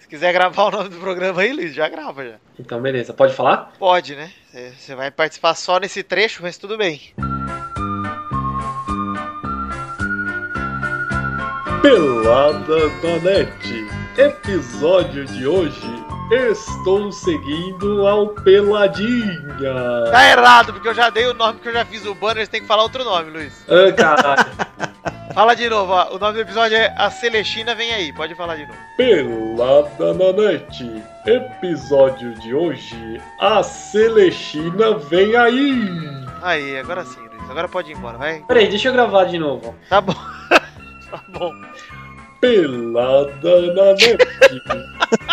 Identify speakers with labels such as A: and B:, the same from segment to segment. A: Se quiser gravar o nome do programa aí, Luiz, já grava já.
B: Então, beleza. Pode falar?
A: Pode, né? Você vai participar só nesse trecho, mas tudo bem.
C: Pelada da NET. Episódio de hoje. Estou seguindo ao Peladinha.
A: Tá errado, porque eu já dei o nome que eu já fiz o banner, você tem que falar outro nome, Luiz.
B: Ah, caralho.
A: Fala de novo, ó. O nome do episódio é A Celestina Vem Aí. Pode falar de novo.
C: Pelada na NET. Episódio de hoje. A Celestina vem aí.
A: Aí, agora sim, Luiz. Agora pode ir embora, vai.
B: Peraí, deixa eu gravar de novo.
A: Tá bom. tá bom.
C: Pelada na NET.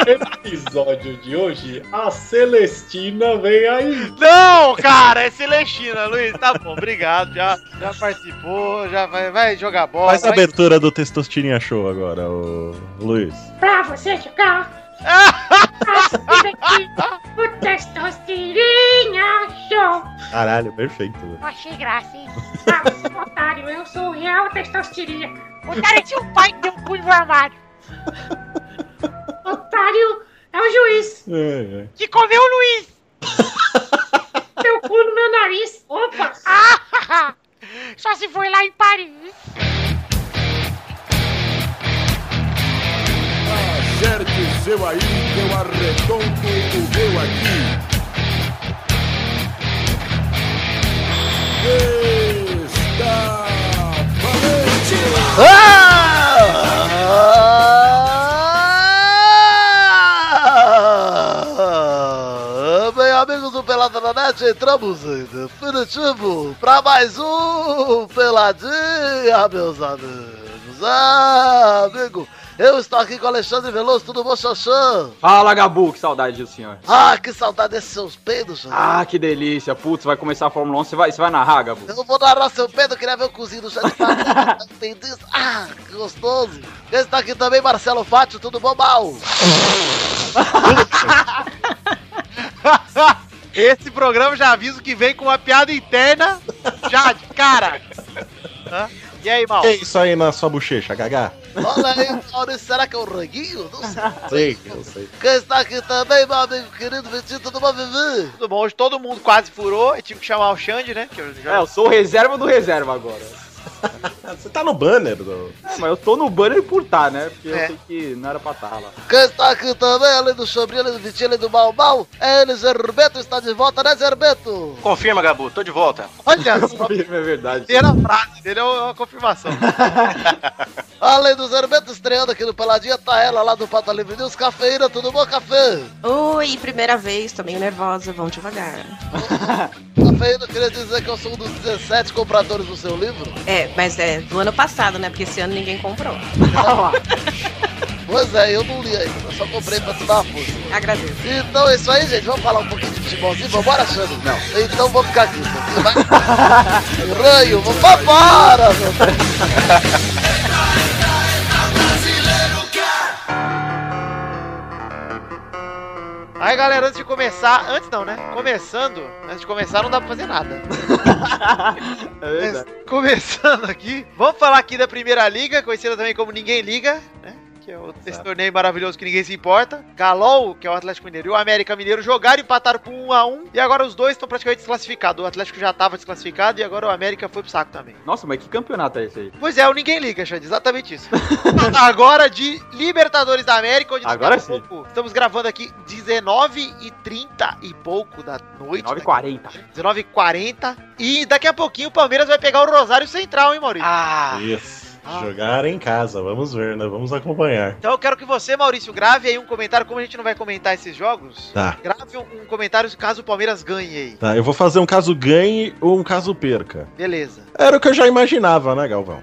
C: Episódio de hoje. A Celestina vem aí.
A: Não, cara, é Celestina, Luiz. Tá bom, obrigado. Já, já participou, já vai, vai jogar bola.
D: Faz a
A: vai...
D: abertura do Testosterinha Show agora, ô Luiz.
E: Pra você jogar. Assina aqui o Testosterinha Show.
D: Caralho, perfeito. velho.
E: Achei graça, hein? Ah, você é um otário, eu sou o real Testosterinha. Otário tinha um pai que deu um punho no armário. Otário é o juiz
D: É, é.
E: que comeu o Luiz. Teu cu no meu nariz. Opa! Ah, só se foi lá em Paris.
F: Acerte o seu aí, que eu arredonto o meu aqui. Está valente!
A: Ah! Bem, amigos do Pelada na Net, entramos em definitivo para mais um Peladinha, meus amigos. Ah, amigo, eu estou aqui com o Alexandre Veloso, tudo bom, Xaxã?
G: Fala, Gabu, que saudade do senhor.
A: Ah, que saudade desses seus peidos, Xaxã.
G: Ah, que delícia. Putz, vai começar a Fórmula 1, você vai, você vai narrar, Gabu?
A: Eu não vou narrar seu Pedro, eu queria ver o cozinho do Xande Fábio. Tem disso. Ah, que gostoso. Esse tá aqui também, Marcelo Fátio, tudo bom, mal? Esse programa já aviso que vem com uma piada interna já de cara. Hã? E aí, mal?
D: Que é isso aí na sua bochecha, Gagá?
A: Olha aí, Maurício, será que é o ranguinho? Não
D: Sei,
A: sei.
D: eu sei.
A: Quem está aqui também, meu amigo querido Vitinho, tudo bom, Vivi? Tudo bom, hoje todo mundo quase furou, eu tive que chamar o Xande, né? Que eu
G: É, eu sou o reserva do reserva agora.
D: Você tá no banner do.
G: É, mas eu tô no banner por tá, né? Porque
A: É.
G: eu sei que não era pra tá lá.
A: Quem está aqui também, além do Sobrinho, além do Vitinho, além do Mal Mal, é ele, Zerbeto, está de volta, né, Zerbeto?
H: Confirma, Gabu, tô de volta.
A: Olha só, a
G: É verdade.
A: primeira frase dele é uma confirmação. além do Zerbeto, estreando aqui no Peladinha, tá ela lá do Pata Livre News, Cafeína, tudo bom, Café?
I: Oi, primeira vez, tô meio nervosa, vão devagar.
A: Cafeína, eu queria dizer que eu sou um dos 17 compradores do seu livro.
I: É, mas é do ano passado, né? Porque esse ano ninguém comprou.
A: Pois é, eu não li ainda, eu só comprei pra te dar uma força.
I: Agradeço.
A: Então é isso aí, gente. Vamos falar um pouquinho de futebolzinho? Vambora, Xando? Não. Então vou ficar aqui. Sandro. Vai. Ranho, vamos embora, meu. Aí galera, antes de começar, antes não, né? Começando, antes de começar não dá pra fazer nada.
G: É verdade.
A: Começando aqui, vamos falar aqui da Primeira Liga, conhecida também como Ninguém Liga, né? Que é outro- esse torneio maravilhoso que ninguém se importa. Galol, que é o Atlético Mineiro, e o América Mineiro jogaram e empataram por 1 a 1 E agora os dois estão praticamente desclassificados. O Atlético já estava desclassificado e agora o América foi pro saco também.
G: Nossa, mas que campeonato é esse aí?
A: Pois é, o Ninguém Liga, Xande, exatamente isso. agora de Libertadores da América, onde
G: Agora
A: daqui a pouco- estamos gravando aqui 19h30 e pouco da noite.
G: 9h40.
A: 19h40. E daqui a pouquinho o Palmeiras vai pegar o Rosário Central, hein, Maurício?
H: Ah,
D: Isso.
A: Ah.
D: Jogar em casa, vamos ver, né? Vamos acompanhar.
A: Então eu quero que você, Maurício, grave aí um comentário. Como a gente não vai comentar esses jogos,
D: Tá.
A: grave um, um comentário caso o Palmeiras ganhe aí.
D: Tá, eu vou fazer um caso ganhe ou um caso perca.
A: Beleza.
D: Era o que eu já imaginava, né, Galvão?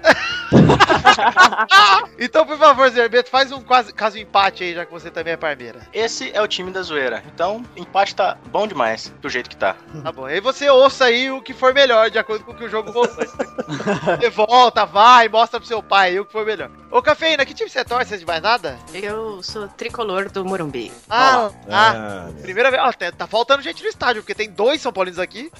H: Ah!
A: Então, por favor, Zerbeto, faz um quase- caso empate aí, já que você também é Parmeira.
H: esse é o time da zoeira. Então, empate tá bom demais, do jeito que tá.
A: Tá bom. Aí você ouça aí o que for melhor, de acordo com o que o jogo mostrar. você volta, vai, mostra pro seu pai aí o que for melhor. Ô, Cafeína, que time você torce antes de mais nada?
I: Eu sou tricolor do Morumbi.
A: Ah,
D: Ah,
A: ah, primeira vez. Ó, tá- tá faltando gente no estádio, porque tem dois São Paulinos aqui.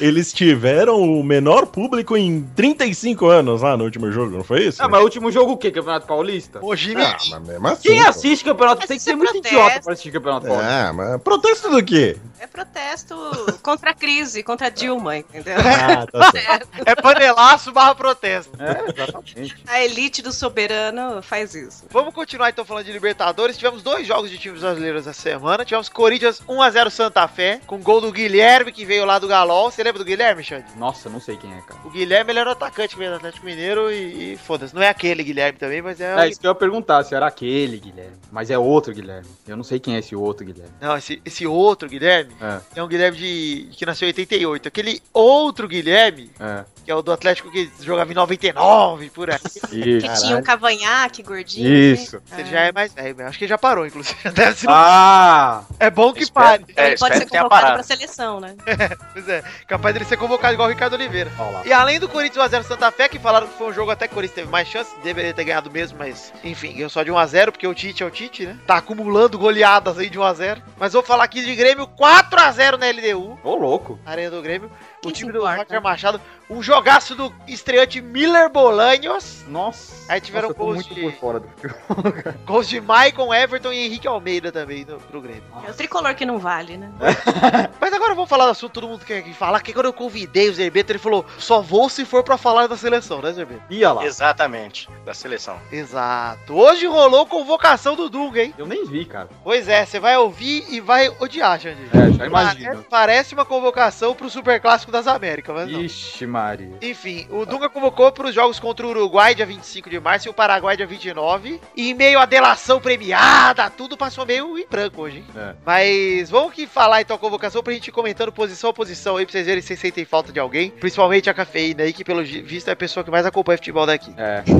D: Eles tiveram o menor público em 35 anos lá no último jogo, não foi isso? né?
G: Ah, mas o último jogo o quê? Campeonato Paulista?
A: Hoje
D: Ah, mas mesmo assim.
G: Quem
D: pô.
G: assiste campeonato? Tem que ser muito
I: Protesto.
G: idiota pra assistir campeonato paulista.
D: Ah, mas protesto do quê?
I: É protesto contra a crise, contra a Dilma, entendeu?
D: Ah, tá certo.
A: É panelaço barra protesto.
G: É, exatamente.
I: A elite do soberano faz isso.
A: Vamos continuar então falando de Libertadores. Tivemos dois jogos de times brasileiros essa semana. Tivemos Corinthians 1x0 Santa Fé, com gol do Guilherme, que veio lá do Galol. Você lembra do Guilherme, Xande?
G: Nossa, não sei quem é, cara.
A: O Guilherme ele era o atacante que veio do Atlético Mineiro e, e foda-se. Não é aquele Guilherme também, mas é. o-
G: É isso que eu ia perguntar, se era aquele Guilherme. Mas é outro Guilherme. Eu não sei quem é esse outro Guilherme.
A: Não, esse, esse outro Guilherme
G: É,
A: é um Guilherme de, que nasceu em 88. Aquele outro Guilherme,
G: é.
A: que é o do Atlético que jogava em 99, por aí.
I: Que
G: Isso.
I: tinha um cavanhaque gordinho. né?
G: Isso.
A: Ele já é mais velho, mas acho que ele já parou, inclusive. Deve ser-
G: Ah!
A: É bom que
H: Espero-
A: pare.
H: É,
I: Ele pode
H: espero
I: ser
H: que tenha
I: convocado pra
H: parado.
I: seleção, né?
A: Pois é, capaz dele ser convocado igual o Ricardo Oliveira.
G: Olha lá.
A: E além do Corinthians 1x0 Santa Fé, que falaram que foi um jogo até que o Corinthians teve mais chance, deveria ter ganhado mesmo, mas enfim, ganhou só de 1x0, porque o Tite é o Tite, né? Tá acumulando goleadas aí de 1x0. Mas vou falar aqui de Grêmio 4x0 na LDU,
G: Ô, louco.
A: na Arena do Grêmio. O
I: Quem
A: time
I: se
A: do
I: importa?
A: Roger Machado, um jogaço do estreante Miller Bolanhos,
G: Nossa.
A: Aí tiveram
G: Nossa, eu tô
A: gols
G: muito
A: de-
G: por fora do futebol.
A: gols de Maicon, Everton e Henrique Almeida também no, pro Grêmio.
I: É o tricolor que não vale, né?
G: É.
A: Mas agora eu vou falar do assunto, todo mundo quer falar, que quando eu convidei o Zerbeto, ele falou, só vou se for pra falar da seleção, né, Zerbeto?
G: Ia lá.
H: Exatamente, da seleção.
A: Exato. Hoje rolou convocação do Dunga, hein?
G: Eu nem vi, cara.
A: Pois é, você vai ouvir e vai odiar, Jandir.
G: É, já imagino.
A: Parece, parece uma convocação pro Super Clássico das Américas, mas não.
G: Ixi, Maria.
A: Enfim, o Dunga convocou para os jogos contra o Uruguai, dia 25 de março, e o Paraguai, dia 29. E em meio à delação premiada, tudo passou meio em branco hoje, hein?
G: É.
A: Mas vamos que falar então a convocação pra gente ir comentando posição a posição aí, pra vocês verem se vocês sentem falta de alguém. Principalmente a cafeína aí, que pelo gi- visto é a pessoa que mais acompanha futebol daqui.
G: É.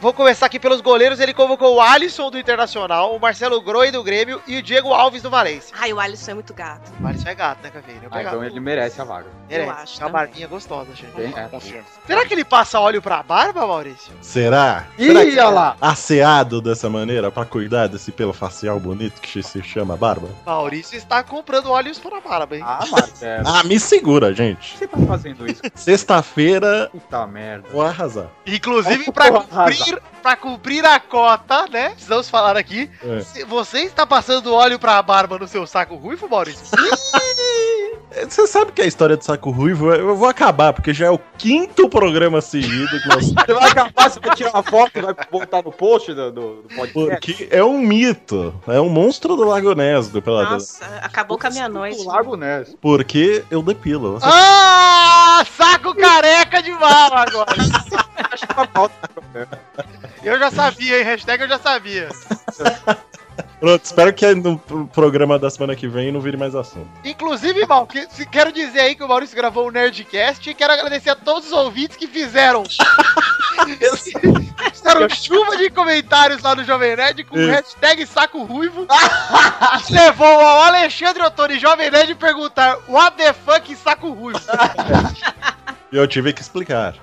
A: Vou começar aqui pelos goleiros. Ele convocou o Alisson do Internacional, o Marcelo Groi do Grêmio e o Diego Alves do Valência.
I: Ai, o Alisson é muito gato.
A: O Alisson é gato, né, Cafeína?
G: Ah, então ele merece a vaga.
I: eu
A: merece.
I: acho
A: Uma
I: também.
A: barbinha gostosa, gente.
G: Bem, é.
H: Confirmo.
A: Será que ele passa óleo pra barba, Maurício?
D: Será? Será que é
G: Ih, olha lá.
D: asseado dessa maneira pra cuidar desse pelo facial bonito que se chama barba?
A: Maurício está comprando óleos pra barba, hein?
G: Ah, Marcelo.
D: Ah, me segura,
G: Por que
D: gente.
G: você tá fazendo isso?
D: Sexta-feira,
G: Puta merda.
D: vou arrasar.
A: Inclusive, pra cumprir, pra cumprir a cota, né? Precisamos falar aqui.
D: É.
A: Se Você está passando óleo pra barba no seu saco ruivo, Maurício?
D: Você sabe que a história do saco ruivo, eu vou acabar, porque já é o quinto programa seguido que nós...
G: Você vai acabar, você vai tirar uma foto e vai botar no post do, do, do podcast.
D: Porque é um mito, é um monstro do Lago Ness, do Peladão.
I: Nossa, acabou com a minha noite.
G: Do Lago Ness.
D: Porque eu depilo.
A: ah! Saco careca de bala agora! Eu já sabia, hein? Hashtag eu já sabia.
D: Pronto, espero que no pro- programa da semana que vem não vire mais assunto.
A: Inclusive, Mal, que- se- quero dizer aí que o Maurício gravou um Nerdcast e quero agradecer a todos os ouvintes que fizeram. fizeram chuva de comentários lá no Jovem Nerd com o
D: Isso.
A: hashtag saco ruivo. que levou ao Alexandre Ottoni Jovem Nerd perguntar: What the fuck saco ruivo?
D: E eu tive que explicar.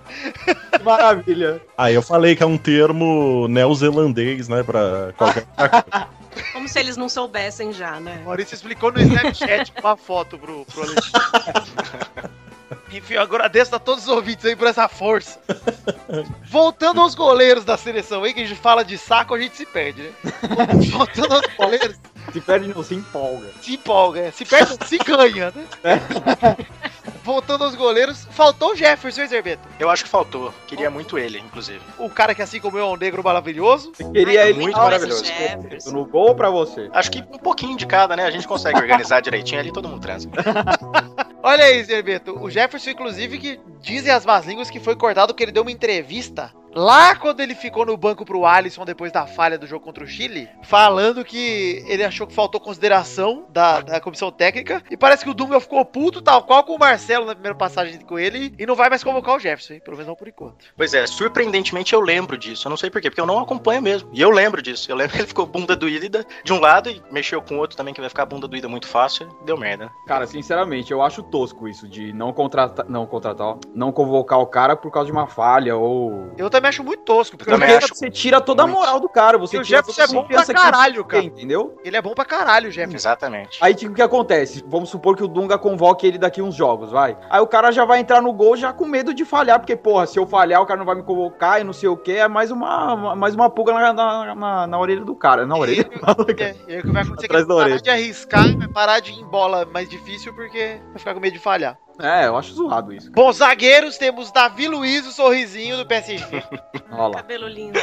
G: Que maravilha.
D: Aí eu falei que é um termo neozelandês, né, pra qualquer...
I: Como se eles não soubessem já, né?
A: O Maurício explicou no Snapchat com uma foto pro, pro Alexandre. Enfim, eu agradeço a todos os ouvintes aí por essa força. Voltando aos goleiros da seleção aí, que a gente fala de saco, a gente se perde, né? Voltando aos goleiros,
G: Se perde, não se empolga.
A: se empolga. é. Se perde, se ganha, né?
G: É.
A: Voltando aos goleiros, faltou o Jefferson, hein, Zerbeto?
H: Eu acho que faltou. Queria muito ele, inclusive. É
A: O cara que, assim como eu, é um negro maravilhoso.
G: Você queria
I: Ai,
G: ele
H: muito
G: na hora
H: maravilhoso.
G: do
I: Jefferson.
G: jogo. No gol pra você.
H: Acho que um pouquinho de cada, né? A gente consegue organizar direitinho ali, todo mundo transa.
A: Olha aí, Zerbeto. O Jefferson, inclusive, que dizem as más línguas que foi cortado porque ele deu uma entrevista lá quando ele ficou no banco pro Alisson depois da falha do jogo contra o Chile, falando que ele achou que faltou consideração da, da comissão técnica. E parece que o Dunga ficou puto, tal qual com o Marcelo na primeira passagem com ele, e não vai mais convocar o Jefferson, hein? pelo menos não por enquanto.
H: Pois é, surpreendentemente eu lembro disso. Eu não sei porquê, porque eu não acompanho mesmo. E eu lembro disso. Eu lembro que ele ficou bunda doída de um lado e mexeu com o outro também, que vai ficar bunda doída muito fácil. Deu merda.
G: Cara, sinceramente, eu acho tosco isso de não contratar, não contratar, ó, não convocar o cara por causa de uma falha ou
A: Eu também também acho muito tosco. Porque o
H: Também
A: Jefferson-
H: acho
G: você tira toda a
H: muito.
G: moral do cara. Você
A: E o
G: tira
A: Jefferson é
G: toda a
A: bom pra
G: confiança que você
A: caralho,
G: tem,
A: cara.
G: Entendeu?
A: Ele é bom pra caralho, o Jefferson.
H: Exatamente.
G: Aí tipo, o que acontece? Vamos supor que o Dunga convoque ele daqui uns jogos, vai. Aí o cara já vai entrar no gol já com medo de falhar, porque, porra, se eu falhar, o cara não vai me convocar e não sei o quê. É mais uma, mais uma pulga na, na, na- na orelha do cara. Na orelha?
A: É, e aí o que vai acontecer é que
G: Atrás da
A: ele vai parar
G: orelha.
A: de arriscar, vai parar de ir em bola mais difícil porque vai ficar com medo de falhar.
G: É, eu acho zoado isso.
A: Bom, zagueiros temos Davi Luiz, o sorrisinho do PSG.
G: Olha lá.
I: Cabelo lindo.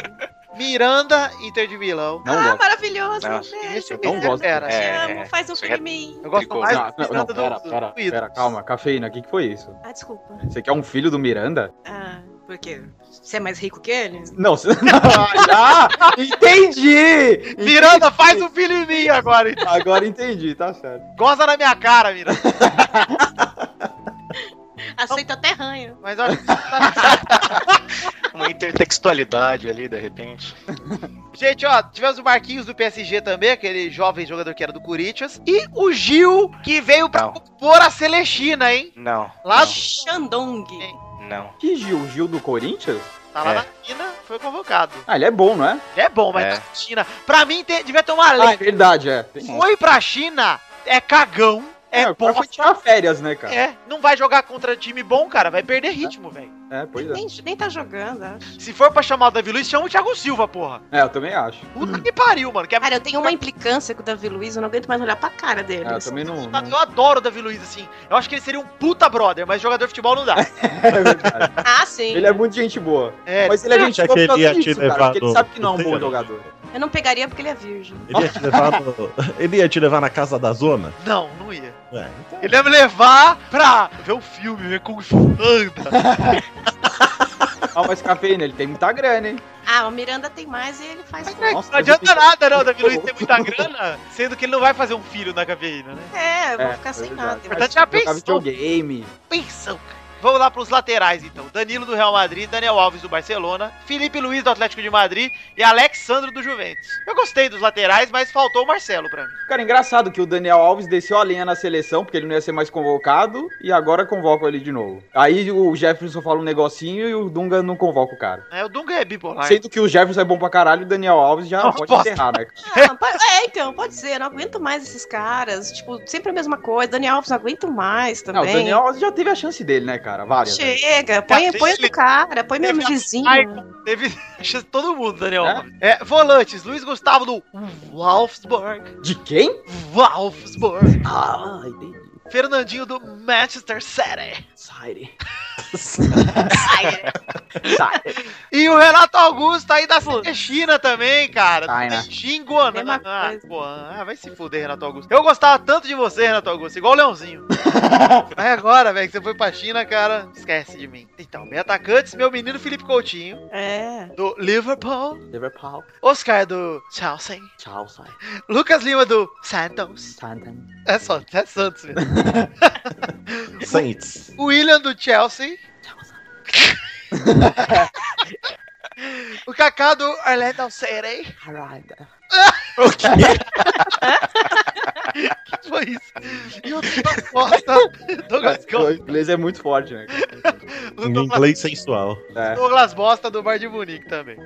A: Miranda, Inter de Milão.
G: Não
I: ah,
G: gosto.
I: maravilhoso.
H: Nossa,
I: um beijo,
A: Esse
G: eu não
A: mesmo,
G: gosto.
A: Pera.
I: Te
H: É,
I: amo, faz um
H: isso é-
I: filme aí.
A: Eu gosto
H: Tricô.
A: mais
G: Não, não, não,
A: do
G: pera,
A: do-
G: pera,
A: do ídolo.
G: pera, calma, cafeína, o que, que foi isso?
I: Ah, desculpa.
G: Você quer um filho do Miranda?
I: Ah, por quê? Você é mais rico que ele?
G: Não, você... ah, entendi!
A: Miranda, faz um filho em mim agora. então.
G: Agora entendi, tá certo.
A: Goza na minha cara, Miranda.
I: Aceita até ranho.
A: Mas eu acho que
H: Uma intertextualidade ali, de repente.
A: Gente, ó, tivemos o Marquinhos do PSG também, aquele jovem jogador que era do Corinthians. E o Gil, que veio pra
H: Não.
A: compor a Celestina, hein?
H: Não.
A: Lá,
I: Xandong.
H: Não.
G: Que Gil? Gil do Corinthians?
A: tá lá
H: É.
A: na China, foi convocado.
G: Ah, ele é bom, não é?
A: É bom, mas
H: É.
A: tá na China. Pra mim, te- devia ter uma
G: Ah, é
A: lei.
G: verdade, é.
A: Foi pra China, é cagão, é,
G: o cara foi
A: bosta.
G: tirar férias, né, cara?
A: É, não vai jogar contra time bom, cara. Vai perder ritmo, velho.
G: É, pois é.
I: Nem, nem tá jogando, acho.
A: Se for pra chamar o Davi Luiz, chama o Thiago Silva, porra.
G: É, eu também acho.
A: Puta que pariu, mano. Que é-
I: Cara, eu tenho uma implicância com o Davi Luiz, eu não aguento mais olhar pra cara dele.
G: É, eu também não... não-
A: Eu adoro o Davi Luiz, assim. Eu acho que ele seria um puta brother, mas jogador de futebol não dá.
G: É verdade.
I: Ah, sim.
G: Ele é muito gente boa.
A: É,
G: Mas ele é
D: Você
G: gente
D: acha
G: boa
D: que
G: por
D: ele ia
G: causa
D: te
G: disso, cara.
D: levar
G: Porque ele
D: no-
G: sabe que não é um
D: no
G: bom
D: Twitter?
G: jogador.
I: Eu não pegaria porque ele é virgem.
D: Ele ia te levar, no- ele ia te levar na casa da zona?
A: não, não ia.
G: É,
D: Ué, então...
A: Ele ia me levar pra ver um filme, ver Kung Fu Panda.
G: Ah, mas cafeína, ele tem muita grana, hein?
I: Ah, o Miranda tem mais e ele faz.
G: Nossa, mas
A: É, Não adianta
G: ele-
A: nada, não, Davi Luiz ter muita grana, sendo que ele não vai fazer um filho na cafeína, né?
I: É, eu vou
G: É,
I: ficar sem
G: é
I: nada.
G: verdade.
A: Já
G: Jogar
A: pensou?
G: videogame.
A: Pensão, cara. Vamos lá pros laterais, então. Danilo do Real Madrid, Daniel Alves do Barcelona, Felipe Luiz do Atlético de Madrid e Alexandro do Juventus. Eu gostei dos laterais, mas faltou o Marcelo pra mim.
G: Cara, engraçado que o Daniel Alves desceu a linha na seleção, porque ele não ia ser mais convocado, e agora convocam ele de novo. Aí o Jefferson fala um negocinho e o Dunga não convoca o cara.
A: É, o Dunga é bipolar.
G: Sendo que o Jefferson é bom pra caralho, o Daniel Alves já
A: Não,
G: pode
A: bosta.
G: enterrar, né? cara?
I: Ah, po- é, então, pode ser. Eu não aguento mais esses caras. Tipo, sempre a mesma coisa. Daniel Alves, não aguento mais
G: Não, o
I: também.
G: Daniel Alves já teve a chance dele, né, cara? Várias. né?
I: Chega, põe,
A: Cacete.
I: põe outro cara,
G: é
I: põe meu
A: Teve a-
I: vizinho.
A: Ai, Teve chance de todo mundo, Daniel. Alves. É, volantes, Luiz Gustavo do Wolfsburg.
G: De quem?
A: Wolfsburg.
G: Ah, entendi.
A: Fernandinho do Manchester City.
G: Sai.
I: Ai,
G: Sai.
A: E o Renato Augusto aí da China também, cara.
G: Ai, né?
A: Xinguan.
I: Mesma
A: Ah,
I: coisa.
A: pô, ah, vai se fuder, Renato Augusto. Eu gostava tanto de você, Renato Augusto, igual o Leãozinho. Mas agora, velho, que você foi pra China, cara, esquece de mim. Então, meu atacante, meu menino Felipe Coutinho,
I: é.
A: do Liverpool.
G: Liverpool.
A: Oscar do Chelsea.
G: Tchau, sai.
A: Lucas Lima do Santos.
G: Santan.
A: É só, é Santos mesmo.
D: Saints.
A: William do Chelsea. o Kaká do Orlando City.
D: O quê?
A: Que foi isso? E o Douglas Costa do
G: O
A: Glasgow.
G: inglês é muito forte, né? cara?
A: O
D: Em
A: Douglas,
D: inglês né? sensual.
G: É.
A: Douglas Bosta do Bar de Munique também.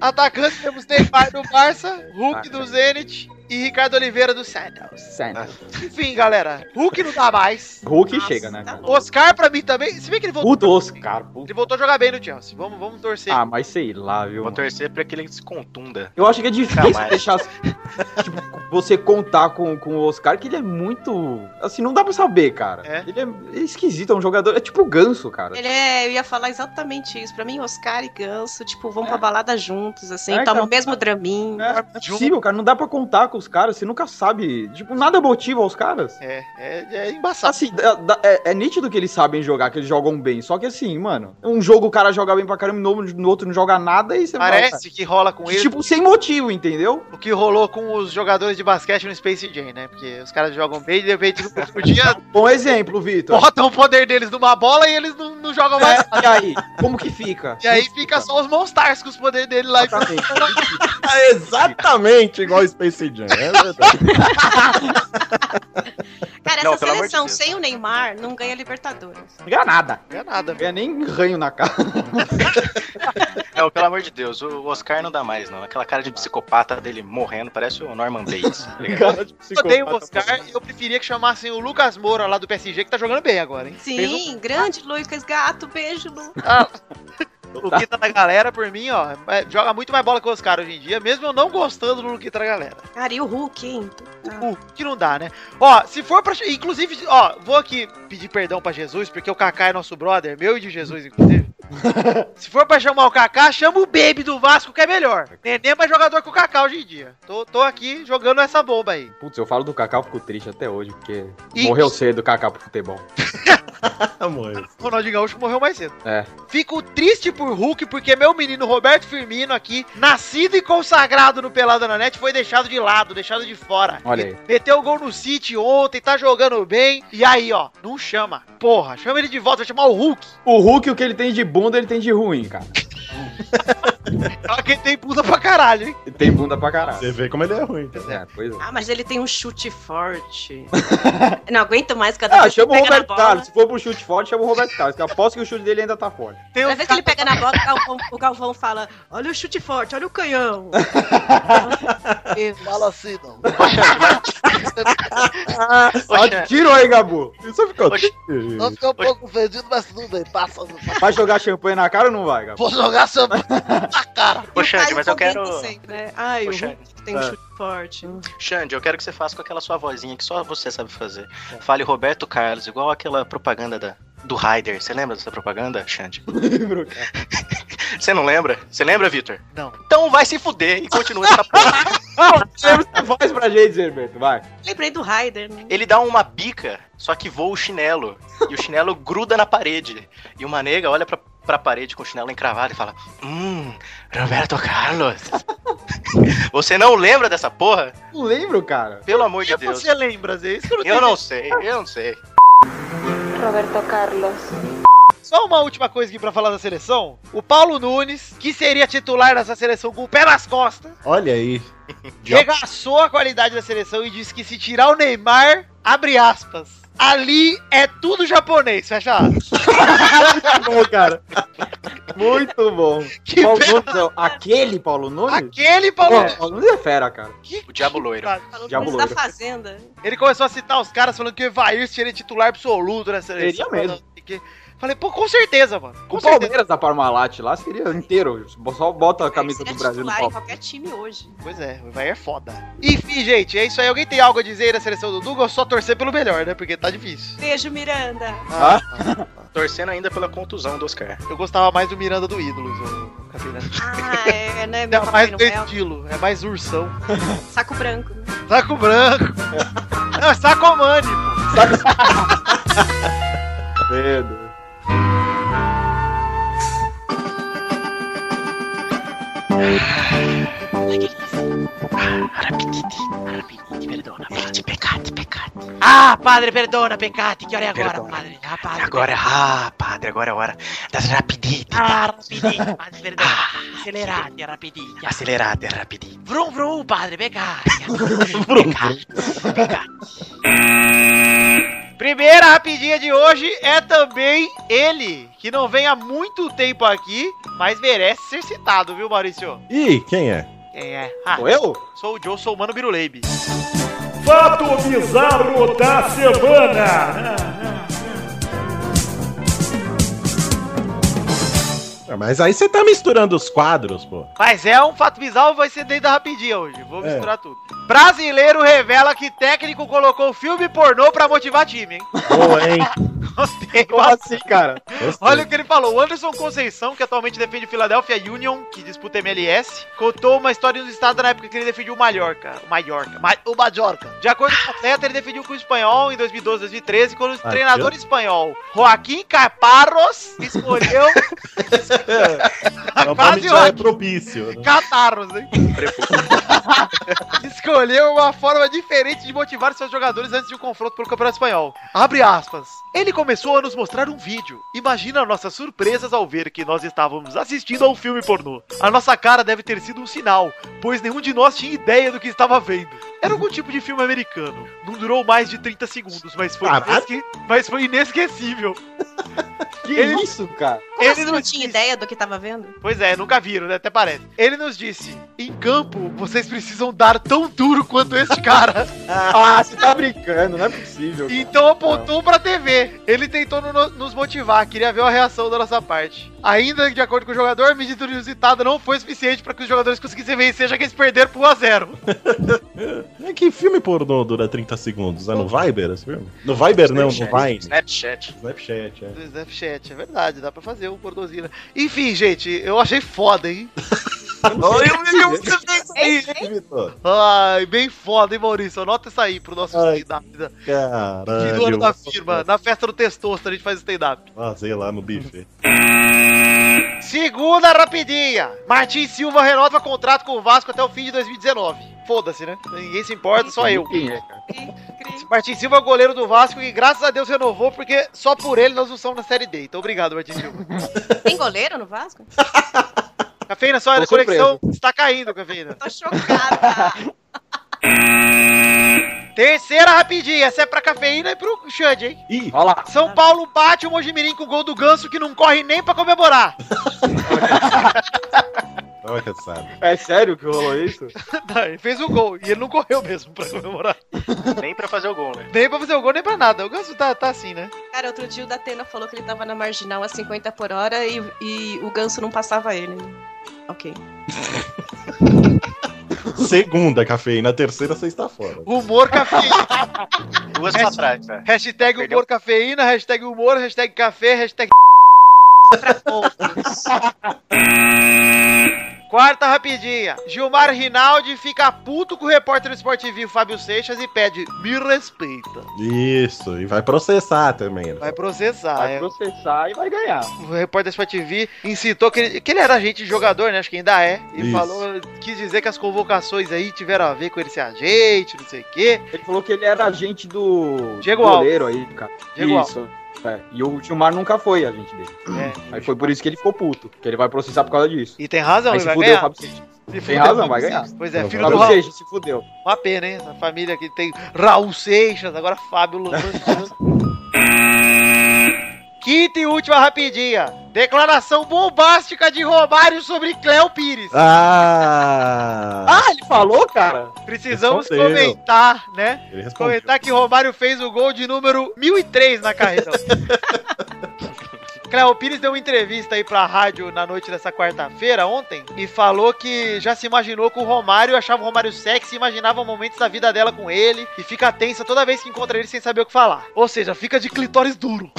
A: Atacante temos Neymar do Barça,
D: Ah,
A: Hulk
D: tá.
A: do Zenit e Ricardo Oliveira do Santos.
G: Santan.
A: Enfim, galera, Hulk não dá mais.
G: Hulk
I: Nossa,
G: chega, né?
I: tá
G: cara?
A: Oscar pra mim também. Se bem que ele voltou,
G: Puto Oscar. puto.
A: ele voltou a jogar bem no Chelsea. Vamos, vamos torcer.
G: Ah, mas sei lá, viu?
H: Vou
G: mano.
H: torcer pra que ele se contunda.
G: Eu acho que é difícil
H: Jamais.
G: deixar. tipo, você contar com, com o Oscar, que ele é muito. Assim, não dá pra saber, cara.
A: É.
G: Ele é esquisito, é um jogador. É tipo o ganso, cara.
I: Ele é, eu ia falar exatamente isso. Pra mim, Oscar e Ganso, tipo, vão pra balada juntos, assim,
G: É,
I: tomam
G: cara.
I: o mesmo draminho.
G: É, é
A: um-
G: possível, cara. Não dá pra contar com os caras. Você nunca sabe. Tipo, nada motiva os caras.
A: É, é, é embaçado.
G: Assim, dá- dá- é, é nítido que eles sabem jogar, que eles jogam bem. Só que assim, mano, um jogo o cara joga bem pra caramba, no, no outro não joga nada e você fala,
A: Parece que rola com
G: cara,
A: ele.
G: Tipo, sem motivo, entendeu?
A: o que rolou com os jogadores de basquete no Space Jam, né? Porque os caras jogam bem e de repente no próximo dia
G: Bom exemplo, Vitor.
A: botam o poder deles numa bola e eles não, não jogam mais.
G: É, e aí? Como que fica?
A: E aí fica só os Monstars com os poderes dele lá. e-
G: Exatamente.
D: Exatamente igual o Space Jam. É verdade.
I: Cara, essa
H: Não, pelo amor de
I: seleção
H: Deus.
I: sem o Neymar não ganha Libertadores.
G: Não ganha nada.
A: Não é nada,
G: Não
A: velho.
G: ganha nem ranho na cara.
H: Não, pelo amor de Deus, o Oscar não dá mais, não. Aquela cara de psicopata dele morrendo, parece o Norman Bates. tá ligado?
C: Cara de
A: Eu odeio o
C: psicopata.
A: Oscar e eu preferia que chamassem o Lucas Moura lá do PSG, que tá jogando bem agora, hein? Fez um-
I: Sim, grande Lucas Gato, beijo, Lu.
A: Ah, o Luquita da galera, por mim, ó, é- joga muito mais bola que o Oscar hoje em dia, mesmo eu não gostando do Luquita da galera.
I: Cara, e o Hulk, hein?
A: O que não dá, né? Ó, se for pra. Inclusive, ó, vou aqui pedir perdão pra Jesus, porque o Kaká é nosso brother, meu e de Jesus, inclusive. se for pra chamar o Kaká, chama o Baby do Vasco, que é melhor. Nenê é mais jogador que o Kaká hoje em dia. Tô, tô aqui jogando essa bomba aí.
G: Putz, eu falo do Kaká, eu fico triste até hoje, porque
A: E-
G: morreu cedo o Kaká pro futebol.
D: Amor.
A: O Ronaldinho Gaúcho morreu mais cedo.
G: É.
A: Fico triste por Hulk, porque meu menino Roberto Firmino aqui, nascido e consagrado no Pelada na Net, foi deixado de lado, deixado de fora.
G: Olha aí.
A: Meteu o gol no City ontem, tá jogando bem. E aí, ó, não chama. Porra, chama ele de volta, vai chamar o Hulk.
G: O Hulk, o que ele tem de bunda, ele tem de ruim, cara.
H: Ah,
A: Só que ele tem puta pra caralho, hein?
G: Ele tem bunda pra caralho.
D: Você vê como ele é ruim. tá?
G: É, pois é.
I: Ah, mas ele tem um chute forte. não aguento mais cada
G: Ah,
I: vez que ele
G: chama o
I: pega na
G: Roberto
I: bola.
G: Carlos. Se for pro chute forte, chama o Roberto Carlos. Que eu aposto que o chute dele ainda tá forte.
A: Tem
I: Cada
A: um
I: vez que ele pega na bola, o Galvão, o Galvão fala: Olha o chute forte, olha o canhão.
J: Fala assim, não.
I: Ah,
G: Ó, tiro aí, Gabu.
D: Isso ficou
H: Oxi.
D: triste.
J: Não fica um pouco ofendido, mas tudo bem, passa. passa.
G: Vai jogar champanhe na cara ou não vai, Gabu?
J: Vou jogar champanhe na cara.
H: Ô,
I: E o
H: Xande,
I: Caio
H: mas eu
I: comenta
H: quero.
I: sempre, né? Ai,
H: Ô,
I: o
H: Xande.
I: Hulk
A: é.
G: É.
I: tem um chute forte.
H: Xande, eu quero que você faça com aquela sua vozinha que só você sabe fazer.
G: É.
H: Fale Roberto Carlos, igual aquela propaganda da, do Raider. Você lembra dessa propaganda, Xande?
G: Lembro, cara.
H: Você não lembra? Você lembra, Vitor?
A: Não.
H: Então vai se fuder e continua essa porra.
G: Lembra essa voz pra gente, Herberto. Vai.
I: Lembrei do Raider, né?
H: Ele dá uma bica, só que voa o chinelo. E o chinelo gruda na parede. E uma nega olha pra, pra parede com o chinelo encravado e fala: Hum, Roberto Carlos. Você não lembra dessa porra?
G: Não lembro, cara.
H: Pelo amor de
A: que
H: Deus.
A: você lembra, Zé? Isso não
H: Eu
A: tem-
H: não sei, eu não sei.
E: Roberto Carlos.
A: Só uma última coisa aqui pra falar da seleção. O Paulo Nunes, que seria titular dessa seleção com o pé nas costas,
D: Olha aí.
A: regaçou a qualidade da seleção e disse que se tirar o Neymar, abre aspas. Ali é tudo japonês, fecha aspas.
G: Bom, cara. Muito bom.
A: Que
G: Paulo
A: pena.
G: Nunes, não. aquele Paulo Nunes?
A: Aquele Paulo
G: Pô,
A: Nunes.
G: Paulo Nunes é fera, cara.
A: que-
H: O Diabo Loiro.
I: Falou
G: Diabo
I: Nunes da
G: loiro.
I: Fazenda.
A: Ele começou a citar os caras falando que o Evair seria titular absoluto na seleção.
G: Seria mesmo.
A: Que- Falei, pô, com certeza, mano. Com
G: o
A: certeza.
G: Palmeiras da Parmalat lá seria inteiro. Só bota a camisa
I: Seria
G: do Brasil no
I: titular em
G: palco.
I: qualquer time hoje.
A: Pois é, o Evair é foda. Enfim, gente, é isso aí. Alguém tem algo a dizer aí da seleção do Duga? Eu só torcer pelo melhor, né? Porque tá difícil.
I: Beijo, Miranda.
G: Ah.
H: Torcendo ainda pela contusão do Oscar.
A: Eu gostava mais do Miranda do Ídolos. Eu acabei, né?
I: Ah, é, né? Meu
A: É
I: Papai
A: mais do
I: Noel.
A: estilo, é mais ursão.
I: Saco branco.
A: Saco branco. Não, é sacomani, pô.
G: Cedo.
J: Ah, padre, perdona, pecati. Que hora é agora,
H: Perdona.
J: padre? Ah, padre.
H: Agora, ah, padre, agora é a hora das rapiditas.
J: Ah, rapidinho, padre, perdona.
H: Ah.
J: Acelerate, rapidinho.
H: Acelerada, rapidinho.
J: Vrum, vrum, padre, pecati.
A: Primeira rapidinha de hoje é também ele, que não vem há muito tempo aqui, mas merece ser citado, viu, Maurício?
D: Ih, quem é?
A: Quem é? Ah,
G: Sou eu?
A: sou o Joe, sou o Mano Biruleibe.
F: Fato bizarro da semana.
D: Ah, Mas aí você tá misturando os quadros, pô.
A: Mas é um fato bizarro, vai ser dentro da rapidinha hoje. Vou
D: É.
A: misturar tudo. Brasileiro revela que técnico colocou filme pornô pra motivar time, hein?
D: Boa, hein?
A: Gostei,
G: Como assim, cara?
D: Gostei.
A: Olha o que ele falou. O Anderson Conceição, que atualmente defende o Philadelphia Union, que disputa MLS, contou uma história no estado na época que ele defendia o Mallorca. O Mallorca. Ma-
J: O Majorca.
A: De acordo com o atleta, ele defendiu com o espanhol em 2012, 2013, quando o
D: Ah,
A: treinador espanhol Joaquim Caparros escolheu
D: Novamente
A: quase
D: é
A: ótimo.
D: propício. né?
A: Catarros, hein? Escolheu uma forma diferente de motivar seus jogadores antes de um confronto pelo Campeonato Espanhol. Abre aspas. Ele começou a nos mostrar um vídeo. Imagina nossas surpresas ao ver que nós estávamos assistindo a um filme pornô. A nossa cara deve ter sido um sinal, pois nenhum de nós tinha ideia do que estava vendo. Era algum tipo de filme americano. Não durou mais de 30 segundos, mas foi,
G: Ah,
D: Caralho.
A: inesque- mas foi inesquecível.
G: Que
A: Ele-
G: isso, cara?
I: Como
A: Ele
I: assim
A: não
I: não tinha ideia do que tava vendo?
A: Pois é, nunca viram, né? Até parece. Ele nos disse: em campo, vocês precisam dar tão duro quanto este cara.
G: Ah, você tá brincando, não é possível. cara.
A: Então apontou pra TV. Ele tentou no- nos motivar, queria ver a reação da nossa parte. Ainda de acordo com o jogador, a medida inusitada não foi suficiente pra que os jogadores conseguissem vencer, já que eles perderam por 1x0.
D: É que filme pornô dura 30 segundos? É no Viber esse filme? No Viber não, no Vine.
H: Snapchat.
D: Snapchat, é.
A: Do Snapchat, é verdade, dá pra fazer um pornozina. Enfim, gente, eu achei foda, hein? um
D: Ih, É Vitor,
A: Ai, bem foda, hein, Maurício? Anota isso aí pro nosso
D: Ai,
A: stand-up. né?
D: Caralho.
A: Fim do ano da firma, na festa do Testosta, a gente faz stand-up.
D: Fazer lá no buffet.
A: Segunda rapidinha. Martins Silva renova contrato com o Vasco até o fim de 2019. Foda-se, né? Ninguém se importa, só eu.
G: Quem é, cara?
A: Martins Silva é o goleiro do Vasco e graças a Deus renovou, porque só por ele nós não somos na Série D. Então obrigado, Martins Silva.
I: Tem goleiro no Vasco?
A: Cafeína, sua
G: Tô
A: conexão está caindo, Cafeína.
I: Tô chocada.
A: Terceira rapidinha. Essa é pra Cafeína e pro Xande, hein?
D: Ih,
G: Olha lá.
A: São Paulo bate o Mojimirim com o gol do Ganso que não corre nem pra comemorar.
D: olha que sabe.
G: É sério que rolou isso?
A: Não, ele fez o gol e ele não correu mesmo pra comemorar.
H: Nem pra fazer o gol, né?
A: Nem pra fazer o gol, nem pra nada. O Ganso tá, tá assim, né?
I: Cara, outro dia o Datena falou que ele tava na marginal a 50 por hora e, e o ganso não passava ele. né? Ok.
D: Segunda cafeína, terceira você está fora.
A: Humor, Cafeína.
H: Duas pra trás, velho.
A: Hashtag
H: Perdeu.
A: humor cafeína, hashtag humor, hashtag café, hashtag. Quarta rapidinha. Gilmar Rinaldi fica puto com o repórter do Sport TV, Fábio Seixas, e pede: me respeita.
D: Isso, e vai processar também. né?
A: Vai processar.
G: Vai
A: é.
G: processar e vai ganhar.
A: O repórter do Sport TV incitou que ele, que ele era agente de jogador, né? Acho que ainda é. E
D: Isso.
A: falou, quis dizer que as convocações aí tiveram a ver com ele ser agente, não sei o quê.
G: Ele falou que ele era agente do
A: Diego
G: goleiro aí, cara.
A: Diego
G: isso. É, e o Gilmar nunca foi agente dele.
A: É.
G: Aí foi por isso que ele ficou puto, que ele vai processar por causa disso.
A: E tem razão,
G: Aí
A: ele
G: se
A: vai
G: fudeu o
A: ganhar.
G: Fábio Seixas.
A: Se
G: Tem
A: fudeu,
G: razão, vai ganhar.
A: Pois é,
D: Não,
A: filho do
G: Fábio
A: Raul.
G: Seixas se fudeu.
A: Uma pena, hein? Essa família que tem Raul Seixas, agora Fábio Lourenço. Quinta e última rapidinha. Declaração bombástica de Romário sobre Cléo Pires.
D: Ah!
G: Ah, ele falou, cara?
A: Precisamos
D: respondeu.
A: comentar, né?
D: Ele respondeu.
A: Comentar que Romário fez o gol de número 1003 na carreira. Cléo Pires deu uma entrevista aí pra rádio na noite dessa quarta-feira, ontem, e falou que já se imaginou com o Romário, achava o Romário sexy, imaginava momentos da vida dela com ele, e fica tensa toda vez que encontra ele sem saber o que falar. Ou seja, fica de clitóris duro,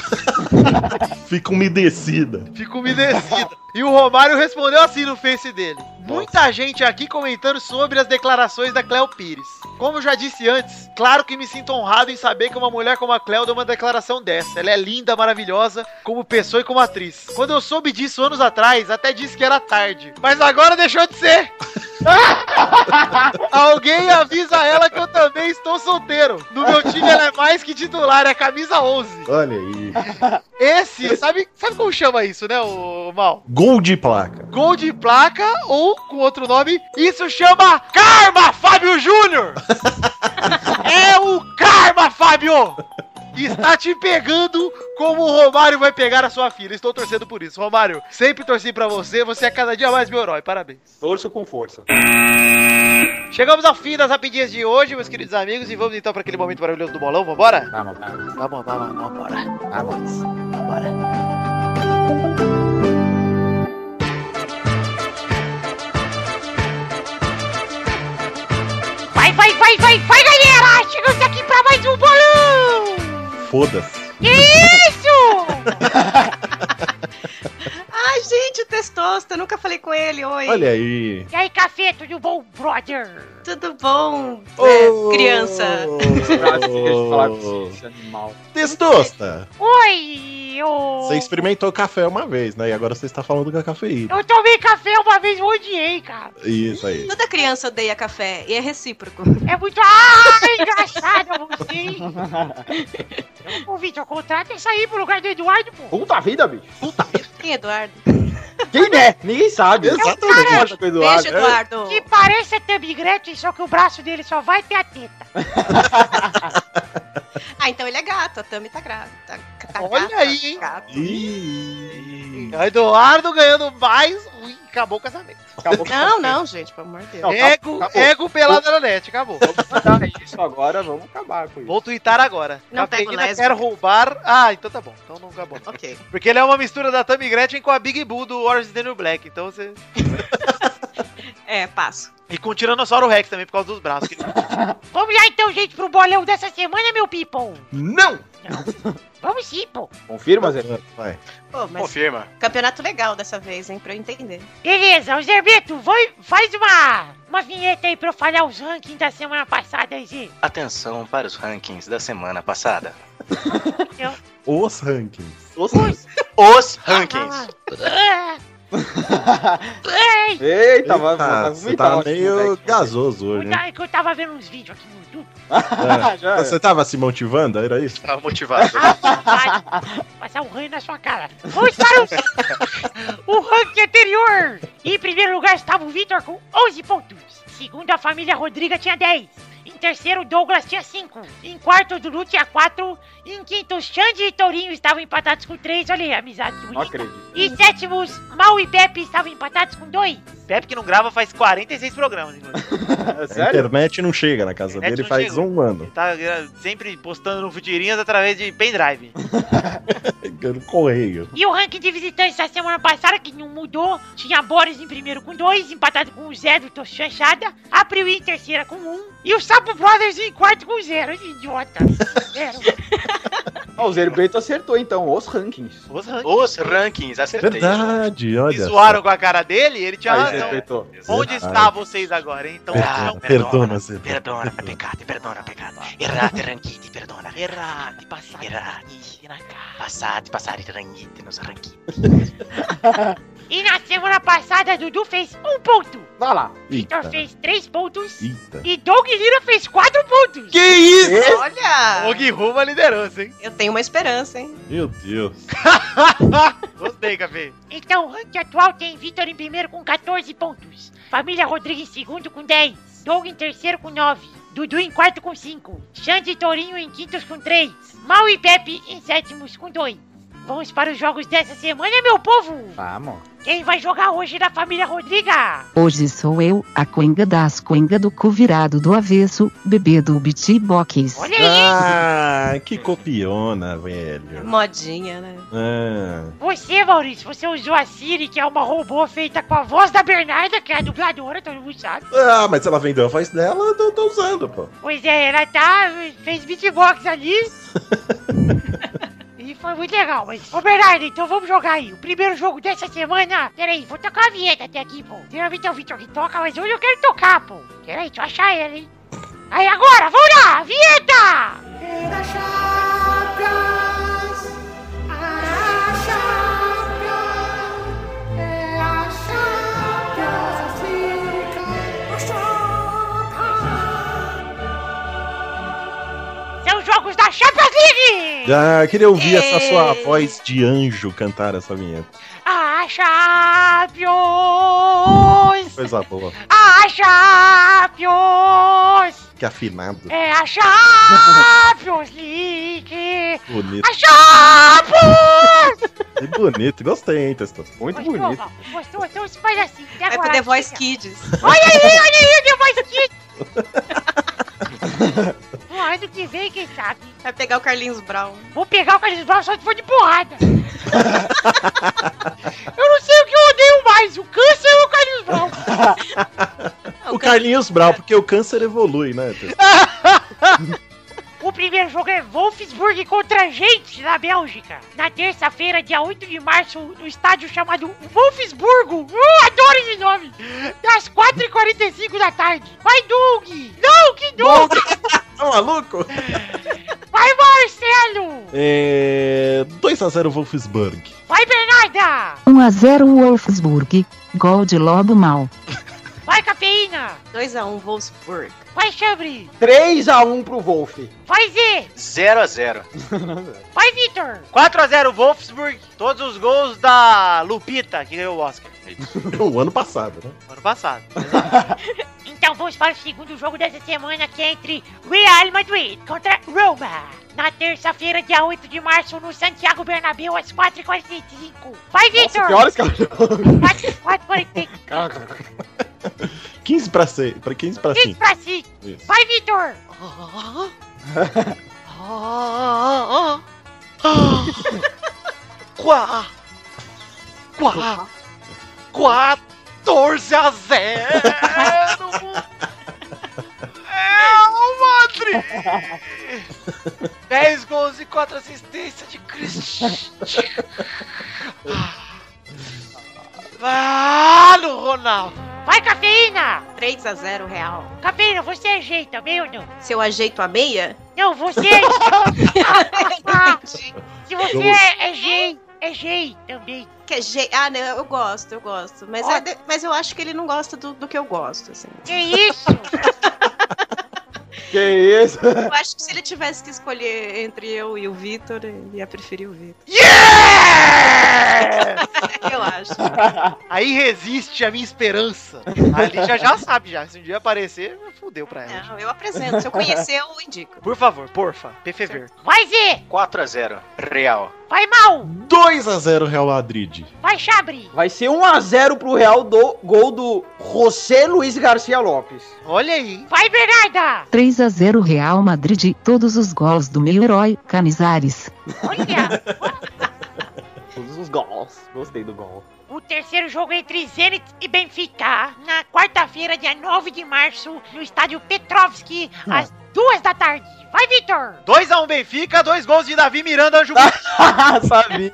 D: Fica umedecida.
A: fica umedecida. E o Romário respondeu assim no Face dele. Muita gente aqui comentando sobre as declarações da Cléo Pires. Como eu já disse antes, claro que me sinto honrado em saber que uma mulher como a Cléo deu uma declaração dessa. Ela é linda, maravilhosa, como pessoa e como atriz. Quando eu soube disso anos atrás, até disse que era tarde. Mas agora deixou de ser. Alguém avisa ela que eu também estou solteiro. No meu time ela é mais que titular, é camisa 11.
D: Olha aí.
A: Esse, sabe, sabe como chama isso, né, o Mal?
D: Gol de placa.
A: Gol de placa ou, com outro nome, isso chama Karma, Fábio Júnior! é o Karma, Fábio! Está te pegando como o Romário vai pegar a sua filha. Estou torcendo por isso. Romário, sempre torci pra você. Você é cada dia mais meu herói. Parabéns.
G: Torço com força.
A: Chegamos ao fim das rapidinhas de hoje, meus queridos amigos. E vamos então para aquele momento maravilhoso do bolão. Vambora?
G: Calma, cara.
A: Vamos, vamos, vamos, vambora.
E: Vai, vai, vai, vai, vai, galera! Chegamos aqui pra mais um bolão!
D: Foda-se.
E: Que isso!
I: Ai, Gente, o Testosta, nunca falei com ele, oi.
D: Olha aí.
E: E aí, café, tudo bom, brother?
I: Tudo bom, é,
H: Oh.
E: Eh,
I: criança?
G: animal.
D: Testosta,
E: Oi, oh. eu...
D: você experimentou café uma vez, né? E agora você está falando com a cafeína.
E: Eu tomei café uma vez e odiei, cara.
D: Isso aí.
I: Toda criança odeia café e é recíproco.
E: É muito... Ah, engraçado você, hein? Ô, Vitor, contrata essa aí pro lugar do Eduardo, pô.
H: Oh.
G: Puta vida, bicho.
I: Quem, Eduardo?
G: Quem é? Ninguém sabe.
I: Exatamente.
G: Não importa com o Eduardo.
I: Beijo, Eduardo.
E: Que parece a Thumb Gretchen, só que o braço dele só vai ter a teta.
I: Ah, então ele é gato, a Tami tá grávida. Tá, tá
A: Olha
I: gata,
A: aí, hein?
I: gato.
D: Ih.
A: Eduardo ganhando mais ruim. Acabou o casamento.
G: Acabou.
I: Não, não, gente, pelo amor de Deus.
G: Não, acabou,
A: Ego,
G: acabou.
A: ego pelada na net, acabou.
G: Tá, isso agora, vamos acabar com isso.
A: Vou twittar agora.
I: Não um.
A: a
I: pego
A: menina
I: lésbica.
A: quer roubar. Ah, então tá bom. Então não acabou.
I: Ok.
A: Porque ele é uma mistura da Tammy Gretchen com a Big Boo do Orange is the New Black. Então você.
I: É, passo.
A: E com o Tiranossauro Rex também, por causa dos braços. que ele-
G: É
E: Vamos lá, então, gente, pro bolão dessa semana, meu people.
G: Não!
E: Vamos sim, pô.
G: Confirma, Zé?
D: Vai.
I: Pô, mas
H: Confirma.
I: campeonato legal dessa vez, hein, pra eu entender.
E: Beleza, o Zerbeto, vai, faz uma, uma vinheta aí pra eu falhar os rankings da semana passada, aí, Zé.
H: Atenção para os rankings da semana passada.
D: Os rankings.
H: Os rankings.
E: Ah,
G: Eita, vai,
D: Eita,
G: vai
D: você tá
G: vomitar,
D: meio
G: moleque.
D: gasoso hoje, hein?
E: cuidado, é que eu tava vendo uns vídeos aqui no YouTube.
G: Já é.
D: Você tava se motivando? Era isso?
H: Tava motivado.
E: Vai, passar um ranho na sua cara. Vamos para o, o ranking anterior. Em primeiro lugar estava o Vitor com 11 pontos. Segundo, a família Rodriga tinha 10. Em terceiro, o Douglas tinha 5. Em quarto, o Dudu tinha 4. Em quinto, o Xande e Tourinho estavam empatados com 3. Olha aí, amizade que
G: Não
E: bonita.
G: acredito.
E: E sétimos, Mal e Pepe estavam empatados com 2.
J: Pepe que não grava faz 46 programas, inclusive.
A: tá.
G: É
D: A
G: sério?
D: internet não chega na casa
J: Internet
D: dele
J: não
D: faz
J: chega.
D: um ano.
J: Ele tá
A: eh,
J: gra- sempre postando no Fudirinhas através de pendrive.
D: No correio.
E: E o ranking de visitantes da semana passada, que não mudou, tinha Boris em primeiro com dois, empatado com o Zé do Tô Chanchada, a Priui em terceira com um, e o Sapo Brothers em quarto com zero, Esse idiota. Zero.
G: Ah, o Zerbeto acertou então, os rankings.
J: Os rankings.
H: Os rankings, acertei.
D: Verdade, Ah, olha.
J: E
D: só.
J: zoaram com a cara dele, ele tinha
G: Aí,
J: razão.
G: Zerbeto.
J: Onde
D: Verdade.
J: está vocês agora, hein? Então,
D: Perdona,
J: não,
D: perdona, Zé.
H: Perdona,
D: Perdona.
H: peccati, perdona, peccati. Errate, ranchiti, perdona. Errate, passati, ranchiti, Passati, passati, ranchiti, nos ranchiti.
E: E na semana passada, Dudu fez um ponto,
G: Vai lá.
D: Eita,
E: Vitor fez três pontos,
D: eita.
E: e Doug Lira fez quatro pontos.
A: que isso?
E: É?
I: Olha!
J: Og Rumo a liderança, hein?
I: Eu tenho uma esperança, hein?
D: Meu Deus.
J: Gostei, Café.
E: Então o ranking atual tem Vitor em primeiro com 14 pontos, Família Rodrigo em segundo com 10, Doug em terceiro com 9, Dudu em quarto com 5, Xande e Tourinho em quintos com 3, Mal e Pepe em sétimos com 2. Vamos para os jogos dessa semana, meu povo!
G: Vamos.
E: Quem vai jogar hoje da Família Rodriga?
K: Hoje sou eu, a coenga das coenga do cu virado do avesso, bebê do bitibox.
E: Olha aí!
D: Ah, que copiona, velho.
I: Modinha, né?
D: Ah,
E: Você, Maurício, você usou a Siri, que é uma robô feita com a voz da Bernarda, que é a dubladora, todo mundo sabe.
D: Ah, mas ela vendeu a voz dela, eu tô, tô usando, pô.
E: Pois é, ela tá. fez beatbox ali. e foi muito legal, mas. Ô Bernardo, então vamos jogar aí. O primeiro jogo dessa semana. Peraí, vou tocar a vinheta até aqui, pô. Geralmente é o Vitor que toca, mas hoje eu quero tocar, pô. Peraí, deixa eu achar ela, hein. Aí agora, vamos lá, vinheta! é São os jogos da Champions League!
J: É.
E: É
D: Ah, queria ouvir essa
I: Ei.
D: sua voz de anjo cantar essa vinheta.
E: A Champions!
D: Coisa boa.
E: A Champions!
D: Que afinado,
E: É a Champions League!
D: bonito.
E: A Champions!
D: Que bonito. Gostei, hein, Testoso.
G: Muito
E: Gostou,
G: bonito.
E: Val? Gostou? Então se faz assim. Até
I: Vai É pro
E: agora,
I: The Voice
E: fica.
I: Kids.
E: Olha aí, olha aí, The Voice Kids! No ano que vem, quem sabe?
I: Vai pegar o Carlinhos Brown.
E: Vou pegar o Carlinhos Brown só se for de porrada. eu não sei o que eu odeio mais, o câncer ou o Carlinhos Brown.
I: Ah,
D: O Carlinhos Brau, porque o câncer evolui, né, Testoso?
E: O primeiro jogo é Wolfsburg contra gente na Bélgica. Na terça-feira, dia 8 de março, no estádio chamado Wolfsburgo. Uh, adoro esse nome! Às 4h45 da tarde. Vai, Doug! Não, que Doug!
D: Tá maluco?
E: Vai, Marcelo!
D: É... 2x0 Wolfsburg.
E: Vai, Bernarda!
K: 1x0 Wolfsburg. Gol de Lobo Mal.
E: Vai, Cafeína!
I: 2x1 Wolfsburg.
E: Vai, Chambre!
G: 3x1 pro Wolf.
E: Vai, Zê!
H: 0x0.
E: Vai, Vitor!
J: 4x0 Wolfsburg, todos os gols da Lupita, que ganhou o Oscar.
D: o ano passado, né?
J: Ano passado.
E: Então vamos para o segundo jogo dessa semana que é entre Real Madrid contra Roma. Na terça-feira, dia 8 de março, no Santiago Bernabéu, às 4h45. Vai, Vitor!
G: Que horas, cara?
E: 4h45.
D: 15 pra 6, pra 15 pra
E: Isso
D: 5.
E: pra si.
D: Isso.
E: Vai, Vitor!
J: Quá! Quá! 14 a 0! É o Madrid! 10 gols e 4 assistências de Cristiano! Ah, no Ronaldo!
E: Vai, Cafeína!
I: 3x0 Real.
E: Cafeína, você ajeita, meu ou não?
I: Se eu ajeito a meia,
E: Não, você Se você é, é gay, é gay também.
I: que é je... Ah, não, eu gosto, eu gosto. Mas, é de- mas eu acho que ele não gosta do, do que eu gosto, assim.
E: Que isso?
G: Que isso?
I: Eu acho que se ele tivesse que escolher entre eu e o Vitor, ele ia preferir o Vitor. eu acho.
A: Aí resiste a minha esperança. A Lígia já sabe já. Se um dia aparecer, fudeu pra ela.
I: Não, eu apresento. Se eu conhecer, eu indico.
A: Por favor, porfa, PFV.
E: Vai, Zê!
H: 4x0. Real.
E: Vai, Mal!
D: 2x0 Real Madrid.
E: Vai, Chabre!
G: Vai ser 1x0 pro Real do gol do José Luiz Garcia Lopes.
A: Olha aí.
E: Vai, Bernarda!
K: 3x0 Real Madrid. Todos os gols do meu herói, Canizares.
E: Olha!
G: Todos os gols. Gostei do gol.
E: O terceiro jogo é entre Zenit e Benfica, na quarta-feira, dia 9 de março, no estádio Petrovski, às duas da tarde. Vai, Vitor!
A: 2x1 Benfica, dois gols de Davi Miranda Anjo.
G: Sabia.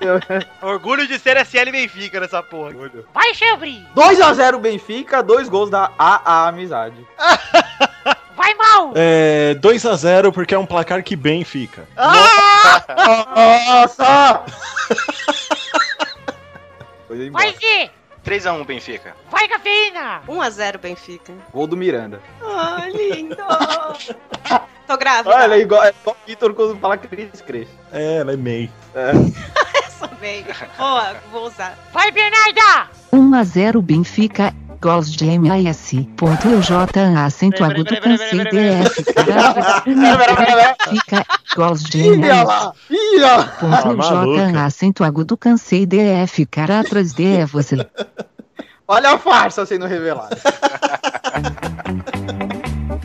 A: Orgulho de ser SL Benfica nessa porra.
E: Vai, Chambre!
G: 2x0 Benfica, dois gols da AA Amizade.
E: Vai, Mal!
D: É, 2x0 porque é um placar que bem fica.
G: Nossa! Foi
E: Vai,
G: embora.
E: Zê!
H: 3x1 Benfica.
E: Vai, Cafeína!
I: 1x0 Benfica.
G: Gol do Miranda.
I: Ah, lindo! Tô grávida.
G: Olha, é igual, é igual o Vitor quando fala Cris Cris.
D: É, ela é meio.
I: Essa veio. Boa, vou usar.
E: Vai, Bernarda!
K: 1x0 Benfica. Gols de MAS. Ponto EJ. Acento
J: Peraí,
K: agudo.
J: peraí, peraí,
K: Cansei
J: peraí, peraí,
K: DS. Caramba, Benfica. Gols de
G: Olha
K: MAS.
G: lá! Ia!
K: Ponto
D: Ah, maluca.
K: J, acento agudo, cansei, DF, cara atrás DE, você.
G: Olha a farsa sendo revelada.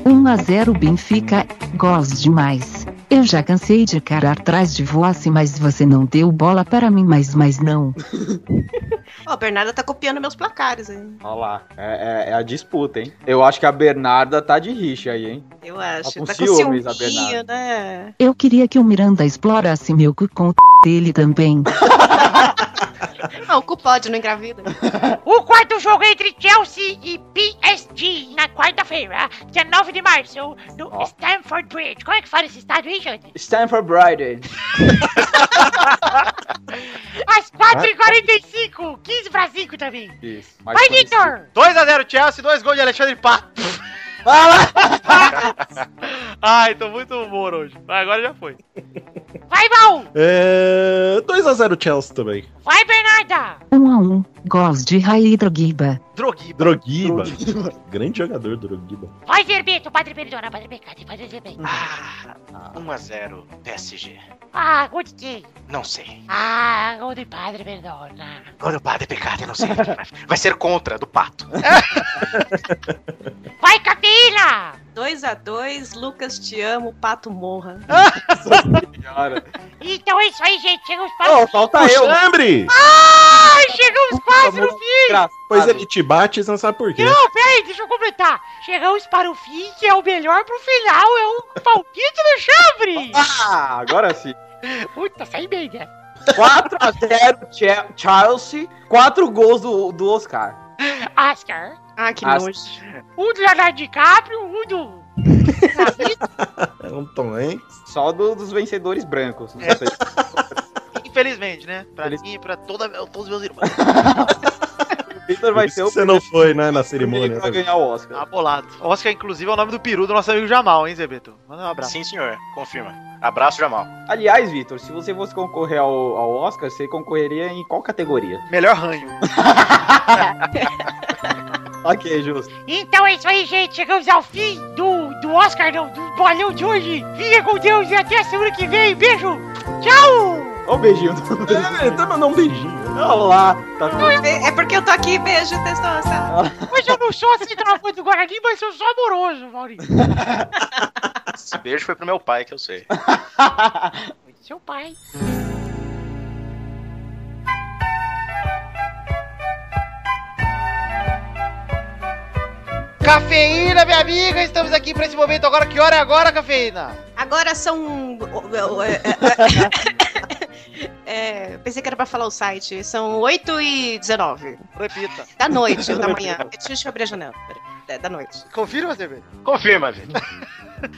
K: 1 a 0 Benfica, gosto demais. Eu já cansei de cara atrás de você, mas você não deu bola para mim, mas, mas não.
I: Ó, a Bernarda tá copiando meus placares aí.
G: Olha lá. É, é- é a disputa, hein? Eu acho que a Bernarda tá de rixa aí, hein?
I: Eu acho.
G: com
I: Tá com
G: ciúmes, a
I: ciúminho, né?
K: Eu queria que o Miranda explorasse meu cu com o dele também.
I: Ah, o cu pode, não engravida.
E: O quarto jogo é entre Chelsea e PSG na quarta-feira, dia 9 de março, no
G: Ó.
E: Stamford Bridge. Como é que fala esse estádio aí, Jane?
G: Stanford Brighton.
E: Às 4h45, 15 para 5 também.
G: Isso. mais
E: Vai,
G: conhecido.
E: Vitor!
A: 2x0 Chelsea, dois gols de Alexandre Pato.
G: Vai lá!
A: Ai, tô muito humor hoje. Mas Agora já foi.
E: Vai, Mal!
D: É, 2x0 Chelsea também.
E: Vai, Bernarda!
K: 1 a 1, gols de Raídra Guiba.
A: Droguiba.
D: Droguiba. Grande jogador, Droguiba.
E: Vai, Zerbeto, Padre Perdona, Padre Pecado, Padre Zerbeto.
H: Ah, 1x0 PSG.
E: Ah, gol de quem?
H: Não sei.
E: Ah, gol de Padre Perdona.
H: Agora o Padre Pecado, eu não sei. Vai ser contra, do Pato.
E: Vai, Vai, Camila!
I: 2x2, Lucas, te amo, Pato morra.
E: Então é isso aí, gente. Chegamos quase.
G: Ó, falta
D: Puxa,
G: eu.
D: lembre!
E: Ai, chegamos quase no fim!
D: Pois é, ele te bate e não sabe por quê.
E: Ah, Não, peraí, deixa eu completar. Chegamos para o fim, que é o melhor pro final, é o palpite do Chambre!
G: Ah, agora sim.
E: Puta, saí bem, né?
G: 4x0 Che- Chelsea, 4 gols do, do Oscar.
E: Oscar.
I: Ah, que
G: As-
E: Um do Leonardo DiCaprio, um do.
D: É um tom, hein?
G: Só do- dos vencedores brancos.
I: É.
G: Não sei.
J: Infelizmente, né? Pra mim e pra toda, todos os meus irmãos.
G: Victor vai ser o
D: Você não foi, né, na
G: primeiro
D: cerimônia.
G: que vai ganhar o Oscar.
A: Tá bolado. Oscar, inclusive, é o nome do peru do nosso amigo Jamal, hein, Zé Beto? Manda um abraço.
H: Sim, senhor. É, Confirma. Abraço, Jamal.
G: Aliás, Vitor, se você fosse concorrer ao, ao Oscar, você concorreria em qual categoria?
A: Melhor ranho.
G: ok, justo.
E: Então é isso aí, gente. Chegamos ao fim do, do Oscar, não, do bolão de hoje. Fica com Deus e até semana que vem. Beijo! Tchau!
G: Ó, um beijinho.
D: É, até mandar um beijinho.
G: Olá. Tá
I: É porque eu tô aqui, beijo, testosta.
E: Hoje eu não sou assim do Guarani, mas eu sou amoroso, Maurício.
H: Esse beijo foi pro meu pai, que eu sei.
E: Seu pai.
A: Cafeína, minha amiga, estamos aqui pra esse momento agora. Que hora é agora, cafeína?
I: Agora é são. um, É, pensei que era pra falar o site. São 8 e 19
A: Repita.
I: da noite ou da manhã. Deixa eu abrir a janela. pera. É, da noite.
A: Confirma, Zé Beto.
H: Confirma, gente.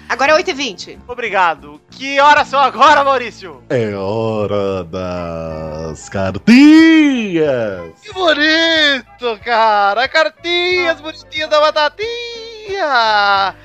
I: Agora é 8 e 20.
A: Obrigado. Que horas são agora, Maurício?
D: É hora das cartinhas!
A: Que bonito, cara! Cartinhas bonitinhas da batatinha!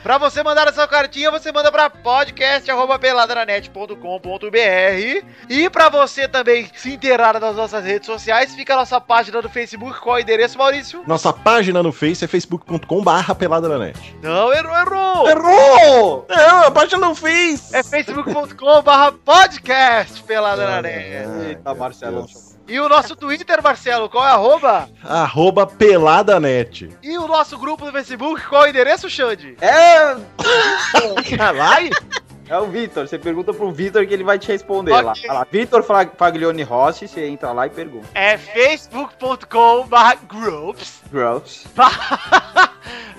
A: Pra você mandar a sua cartinha, você manda pra podcast.peladranet.com.br E pra você também se inteirar das nossas redes sociais, fica a nossa página do Facebook. Qual é o endereço, Maurício?
D: Nossa página no Face é facebook.com.br peladranet.
A: Não, errou, errou!
G: Errou!
D: Não, a página não fez!
A: É facebook.com.br podcast peladranet.
G: Eita, Marcelo.
A: E o nosso Twitter, Marcelo, qual é a arroba?
D: Arroba peladanet.
A: E o nosso grupo do Facebook, qual é o endereço, Xande?
G: É,
D: Caralho!
G: é o Vitor. Você pergunta pro Vitor que ele vai te responder
A: Ok.
G: lá. Olha lá. Vitor Fra- Faglione Rossi, você entra lá e pergunta.
A: É facebook.com.br groups
G: Gross.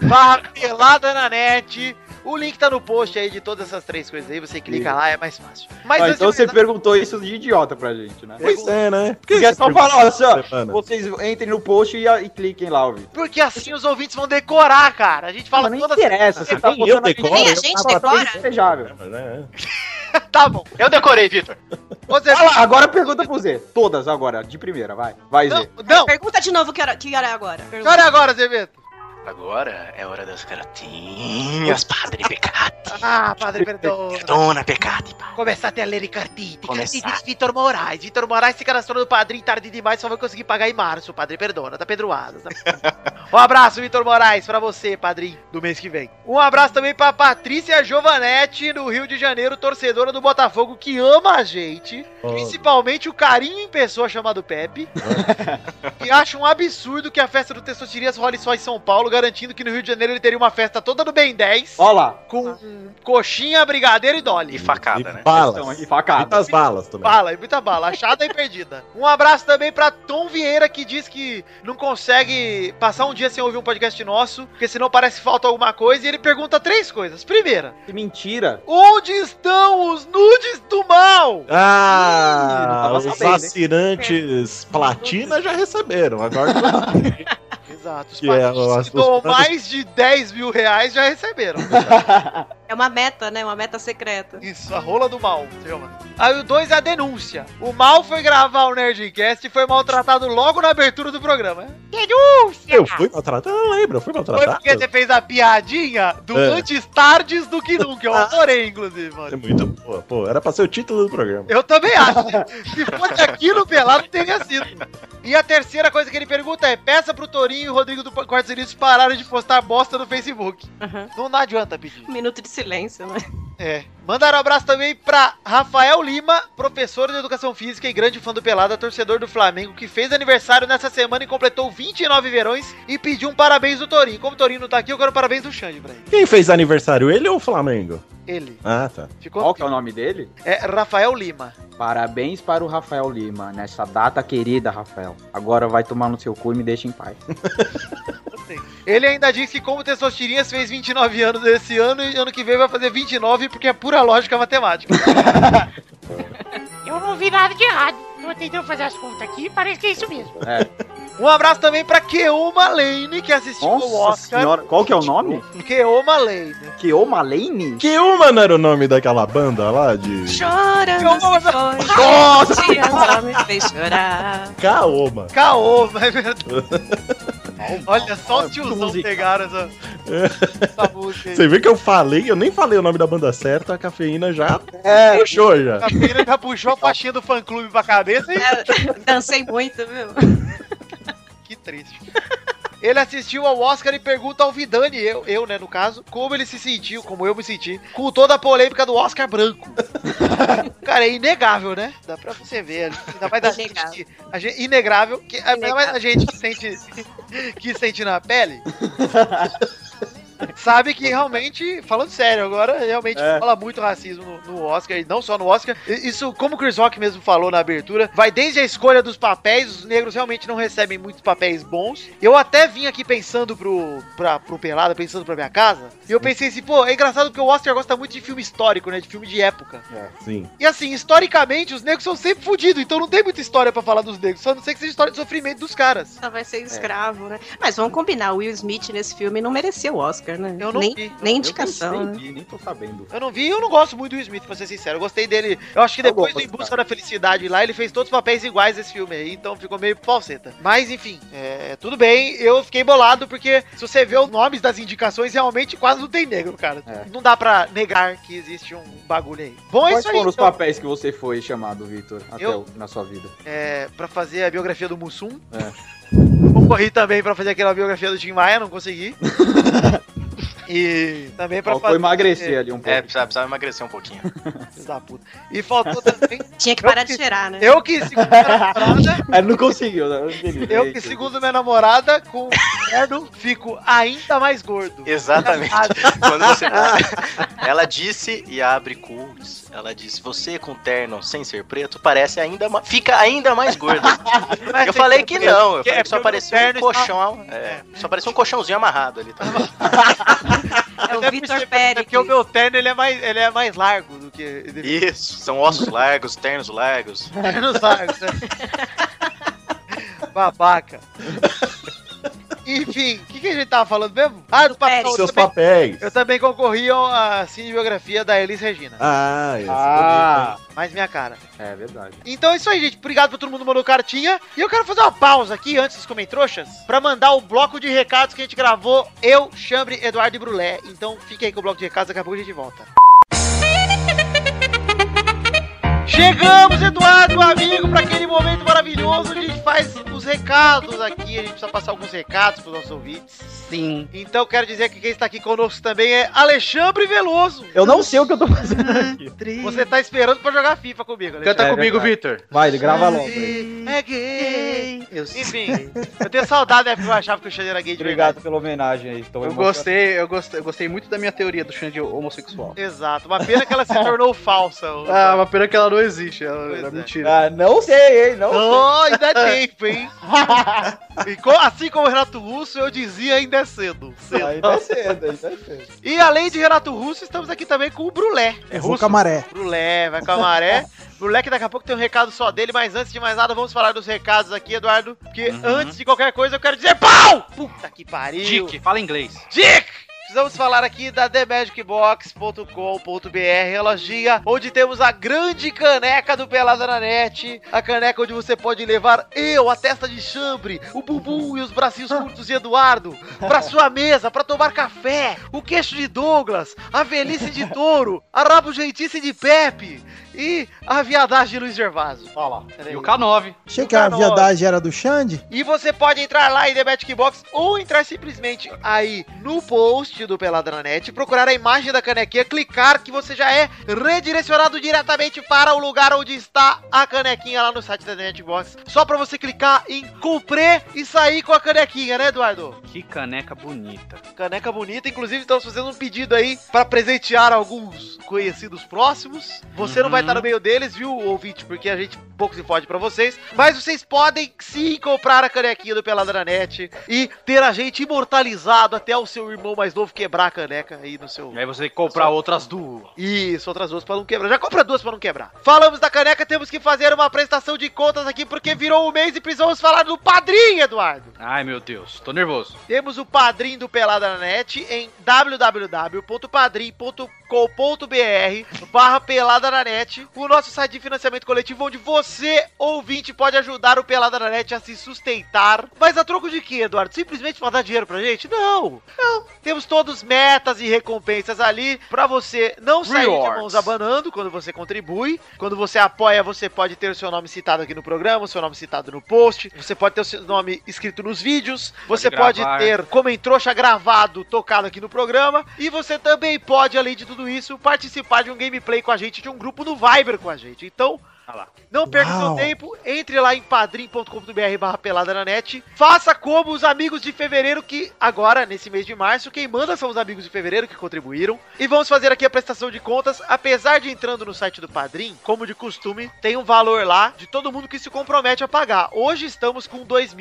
A: barra pelada na net. O link tá no post aí de todas essas três coisas aí. Você clica
G: Isso.
A: lá, é mais fácil. Mas
G: Ah,
A: antes
G: então
A: de
G: você
A: começar-
G: perguntou isso de idiota pra gente, né?
D: Pois é, né? Por
G: Porque é só falar, olha só,
D: Semana.
G: vocês entrem no post e, e cliquem lá, ó, Vitor.
A: Porque assim os ouvintes vão decorar, cara. A gente fala
G: Mas não
A: toda
G: interessa, você tá
D: Nem eu
G: postando a
D: decoro.
I: Nem a
D: eu
I: gente
D: tava
I: decora.
D: até-
G: invejável.
D: É,
A: Tá bom.
H: Eu decorei, Vitor.
A: Ô, Zé,
G: Olha lá, agora pergunta pro Zé. Todas agora, de primeira, vai. Vai,
A: não,
G: Zé.
A: não.
I: Pergunta de novo que hora, que hora é agora.
A: Que
I: Pergunta.
A: hora é agora, Zé Beto?
H: Agora é hora das cartinhas, Padre Pecati.
A: Ah, padre, perdoa.
H: Dona Pecati, padre.
A: Começar até a ler cartinha.
H: Começar.
A: Cartinha de Vitor Moraes. Vitor Moraes se cadastrou no padrinho tarde demais, só vai conseguir pagar em março. Padre, perdona, tá pedroado. Tá... um abraço, Vitor Moraes, pra você, padrinho, do mês que vem. Um abraço também pra Patrícia Giovanetti, no Rio de Janeiro, torcedora do Botafogo, que ama a gente. Principalmente o carinho em pessoa chamado Pepe. que acha um absurdo que a festa do Testotirias role só em São Paulo, garantindo que no Rio de Janeiro ele teria uma festa toda do Bem 10,
G: Olha lá.
A: com coxinha, brigadeiro e dolly.
H: E facada,
D: e
H: né?
G: Então,
D: balas.
G: e facada.
D: Muitas balas também.
A: Bala, e muita bala, achada e perdida. Um abraço também pra Tom Vieira, que diz que não consegue passar um dia sem ouvir um podcast nosso, porque senão parece que falta alguma coisa, e ele pergunta três coisas. Primeira,
G: Que mentira.
A: onde estão os nudes do mal?
D: Ah,
G: Ih, não tava
D: os
G: sabendo, hein? É.
D: assinantes platina já receberam. Agora que é
A: Exato, os
D: Que é,
A: patrões
D: as-
A: que doam
D: os-
A: mais de 10 mil reais já receberam.
I: É uma meta, né? Uma meta secreta.
A: Isso, a rola do mal, se chama. Aí o 2 é a denúncia. O mal foi gravar o Nerdcast e foi maltratado logo na abertura do programa.
E: Denúncia!
D: eu fui maltratado, eu não lembro, eu fui
A: Foi
D: maltratado.
A: porque você fez a piadinha do
D: É.
A: antes tardes do que nunca. Eu adorei, inclusive,
D: É
A: mano.
D: muito boa, pô. Era pra ser o título do programa.
A: Eu também acho. Se fosse aquilo, pelado teria sido. E a terceira coisa que ele pergunta é: peça pro Torinho e o Rodrigo do Quartos Ilícitos pararem de postar bosta no Facebook.
I: Uhum.
A: Não, não adianta pedir.
I: Um Minuto de silêncio, né?
A: É. Mandaram um abraço também pra Rafael Lima, professor de educação física e grande fã do Pelada, torcedor do Flamengo, que fez aniversário nessa semana e completou 29 verões e pediu um parabéns do Torinho. Como o Torinho não tá aqui, eu quero um parabéns do Xande pra ele.
D: Quem fez aniversário, ele ou o Flamengo?
A: Ele.
D: Ah, tá.
G: Qual que é o nome dele?
A: É Rafael Lima.
G: Parabéns para o Rafael Lima, nessa data querida, Rafael. Agora vai tomar no seu cu e me deixa em paz.
A: Ele ainda disse que como Testosterinhas fez 29 anos esse ano e ano que vem vai fazer 29 porque é pura lógica matemática.
E: Eu não vi nada de errado. Tô tentando fazer as contas aqui, parece que é isso mesmo.
A: Um abraço também pra Keoma Lane, que assistiu o
G: É. Nossa
A: Oscar.
G: senhora, qual que é o nome?
A: Keoma Lane.
G: Keoma Lane?
D: Que uma não era o nome daquela banda lá de.
I: Chorando se foi.
D: Nossa!
I: Nossa! só me fez chorar.
D: Kaoma.
A: Caô, é verdade. Olha só os tiozão pegaram essa, essa música aí.
D: Você vê que eu falei, eu nem falei o nome da banda certa, a cafeína já
G: É.
D: puxou já.
A: A menina já puxou a faixinha do fã clube pra cabeça e.
I: É, Dancei muito, viu?
A: Que triste. Ele assistiu ao Oscar e pergunta ao Vidani, eu, eu, né, no caso, como ele se sentiu, como eu me senti, com toda a polêmica do Oscar branco. Cara, é inegável, né? Dá pra você ver. ali. Ainda mais da gente, que- a gente. Inegável. Que, Ainda mais a gente que sente, que sente na pele. Sabe que realmente, falando sério agora, realmente fala muito racismo no, no Oscar, e não só no Oscar. E- Isso, como o Chris Rock mesmo falou na abertura, vai desde a escolha dos papéis, os negros realmente não recebem muitos papéis bons. Eu até vim aqui pensando pro, pra, pro Pelada, pensando pra minha casa, e eu pensei assim, pô, é engraçado porque o Oscar gosta muito de filme histórico, né, de filme de época.
D: Sim.
A: E assim, historicamente, os negros são sempre fodidos, então não tem muita história pra falar dos negros, só não sei que seja história de sofrimento dos caras.
I: Só vai ser escravo, né? Mas vamos combinar, o Will Smith nesse filme não merecia o Oscar, né?
A: Eu não
I: nem,
A: vi.
I: nem indicação. né?
G: nem tô sabendo.
A: Eu não vi e eu não gosto muito do Smith, pra ser sincero. Eu gostei dele. Eu acho que depois do Em Busca da Felicidade lá, ele fez todos os papéis iguais esse filme aí, então ficou meio falseta. Mas enfim, é, tudo bem. Eu fiquei bolado porque se você vê os nomes das indicações, realmente quase não tem negro, cara. Não dá pra negar que existe um bagulho aí. Bom, é
G: É. Quais
A: isso aí.
G: foram os
A: então.
G: papéis que você foi chamado, Vitor, até
A: Eu?
G: o- na sua vida?
A: É, pra fazer a biografia do Mussum.
G: É.
A: Concorri também pra fazer aquela biografia do Tim Maia, não consegui. e também pra
G: Faltou emagrecer ali um pouco.
H: É, precisava, precisava emagrecer um pouquinho.
A: Filho da puta. E faltou também.
I: Tinha que
A: Eu
I: parar
A: que-
I: de cheirar, né?
A: Eu que, segundo minha namorada,
G: Ele não conseguiu, né?
A: eu que, segundo minha namorada, com inferno, fico ainda mais gordo.
H: Exatamente.
A: Ah,
H: Quando você. Ela disse, e abre cursos, ela disse: Você com terno sem ser preto parece ainda mais. Fica ainda mais gordo.
A: mas
H: eu
A: tem
H: falei que não, eu
A: porque
H: falei
A: é
H: que só
A: porque o
H: parecia um
A: inferno está-
H: colchão. É, só parecia um colchãozinho amarrado ali. Tá?
I: É o
A: Até
I: Vitor
A: percebi-
I: Pérez.
A: Porque o meu terno ele é, mais, ele é mais largo do que. Ele
H: Isso, são ossos largos, ternos largos.
A: é menos largo, né? Babaca. Enfim, o que, que a gente tava falando mesmo? Ah, do papel.
D: Seus
A: eu, também,
D: papéis.
A: eu também concorri a cinebiografia da Elis Regina.
D: Ah, esse
G: Ah,
A: Mais minha cara.
G: é verdade.
A: Então é isso aí, gente. Obrigado pra todo mundo que mandou cartinha. E eu quero fazer uma pausa aqui antes dos comentroxas pra mandar o bloco de recados que a gente gravou eu, Chambre, Eduardo e Brulé. Então fique aí com o bloco de recados, daqui a pouco a gente volta. Chegamos, Eduardo, amigo, para aquele momento maravilhoso. A gente faz os recados aqui. A gente precisa passar alguns recados para os nossos ouvintes.
J: Sim.
A: Então, quero dizer que quem está aqui conosco também é Alexandre Veloso.
G: Eu não sei o que eu tô fazendo.
J: Uhum.
A: Você tá esperando para jogar FIFA comigo, Alexandre.
G: É
J: Vitor.
G: Vai, ele grava logo. aí.
A: É gay.
J: Eu
A: Enfim, eu tenho saudade da época que eu achava que o Xande era gay de
G: Obrigado pela homenagem aí. tô
J: Eu
G: emocionado.
J: gostei, eu gostei, eu gostei muito da minha teoria do Xande homossexual.
A: verdade. Exato, uma pena que ela se tornou falsa.
J: Ah, mas pena que ela não existe, ela
A: Pois
J: era
A: é.
J: mentira.
G: Ah, não sei, hein? Não sei.
A: Oh, ainda é tempo, hein? E co- assim como o Renato Russo, eu dizia ainda é cedo. Cedo.
G: Ainda é cedo, ainda é cedo.
A: E além de Renato Russo, estamos aqui também com o Brulé. É
L: Eu vou com a maré.
A: Brulé, vai com a maré. Brulé que daqui a pouco tem um recado só dele, mas antes de mais nada, vamos falar dos recados aqui, Eduardo. Porque antes de qualquer coisa, eu quero dizer pau! Puta que pariu!
J: Dick, fala inglês.
A: Dick! Precisamos falar aqui da TheMagicBox.com.br, a lojinha onde temos a grande caneca do Pelada na Net. A caneca onde você pode levar eu, a testa de chambre, o bumbum e os bracinhos curtos de Eduardo pra sua mesa, pra tomar café, o queixo de Douglas, a velhice de touro, a rabugentice de Pepe. e a viadagem de Luiz Gervásio. Olha lá.
L: E o K9.
M: Achei que a viadagem era do Xande?
A: E você pode entrar lá em The Magic Box ou entrar simplesmente aí no post do Peladranet, procurar a imagem da canequinha, clicar que você já é redirecionado diretamente para o lugar onde está a canequinha lá no site da The Magic Box. Só para você clicar em compre e sair com a canequinha, né, Eduardo?
L: Que caneca bonita.
A: Caneca bonita, inclusive estamos fazendo um pedido aí para presentear alguns conhecidos próximos. Você não vai
L: Uhum.
A: estar no meio deles, viu, ouvinte, porque a gente pouco se fode para vocês, mas vocês podem sim comprar a canequinha do Peladranet e ter a gente imortalizado até o seu irmão mais novo quebrar a caneca aí no seu
L: E aí você tem que comprar outras duas.
A: isso, outras duas pra não quebrar. Já compra duas pra não quebrar. Falamos da caneca, temos que fazer uma prestação de contas aqui porque virou um mês e precisamos falar do padrinho, Eduardo.
L: Ai, meu Deus. Tô nervoso.
A: Temos o padrinho do Pelada na Net em www.padrim.com.br barra Pelada na Net, o nosso site de financiamento coletivo onde você, ouvinte, pode ajudar o Pelada na Net a se sustentar. Mas a troco de quê, Eduardo? Simplesmente pra dar dinheiro pra gente? Não! Não! Temos todos metas e recompensas ali pra você não sair de
G: Rewards.
A: mãos abanando quando você contribui. Quando você apoia, você pode ter o seu nome citado aqui no programa, o seu nome citado no post, você pode ter o seu nome escrito nos vídeos, você pode,
L: gravar.
A: ter como em trouxa gravado, tocado aqui no programa, e você também pode, além de tudo isso, participar de um gameplay com a gente, de um grupo no Viber com a gente. Então, não perca seu
M: Uau.
A: tempo, entre lá em padrim.com.br barra pelada na net, faça como os amigos de fevereiro que agora, nesse mês de março, quem manda são os amigos de fevereiro que contribuíram, e vamos fazer aqui a prestação de contas, apesar de entrando no site do Padrim, como de costume, tem um valor lá de todo mundo que se compromete a pagar. Hoje estamos com R$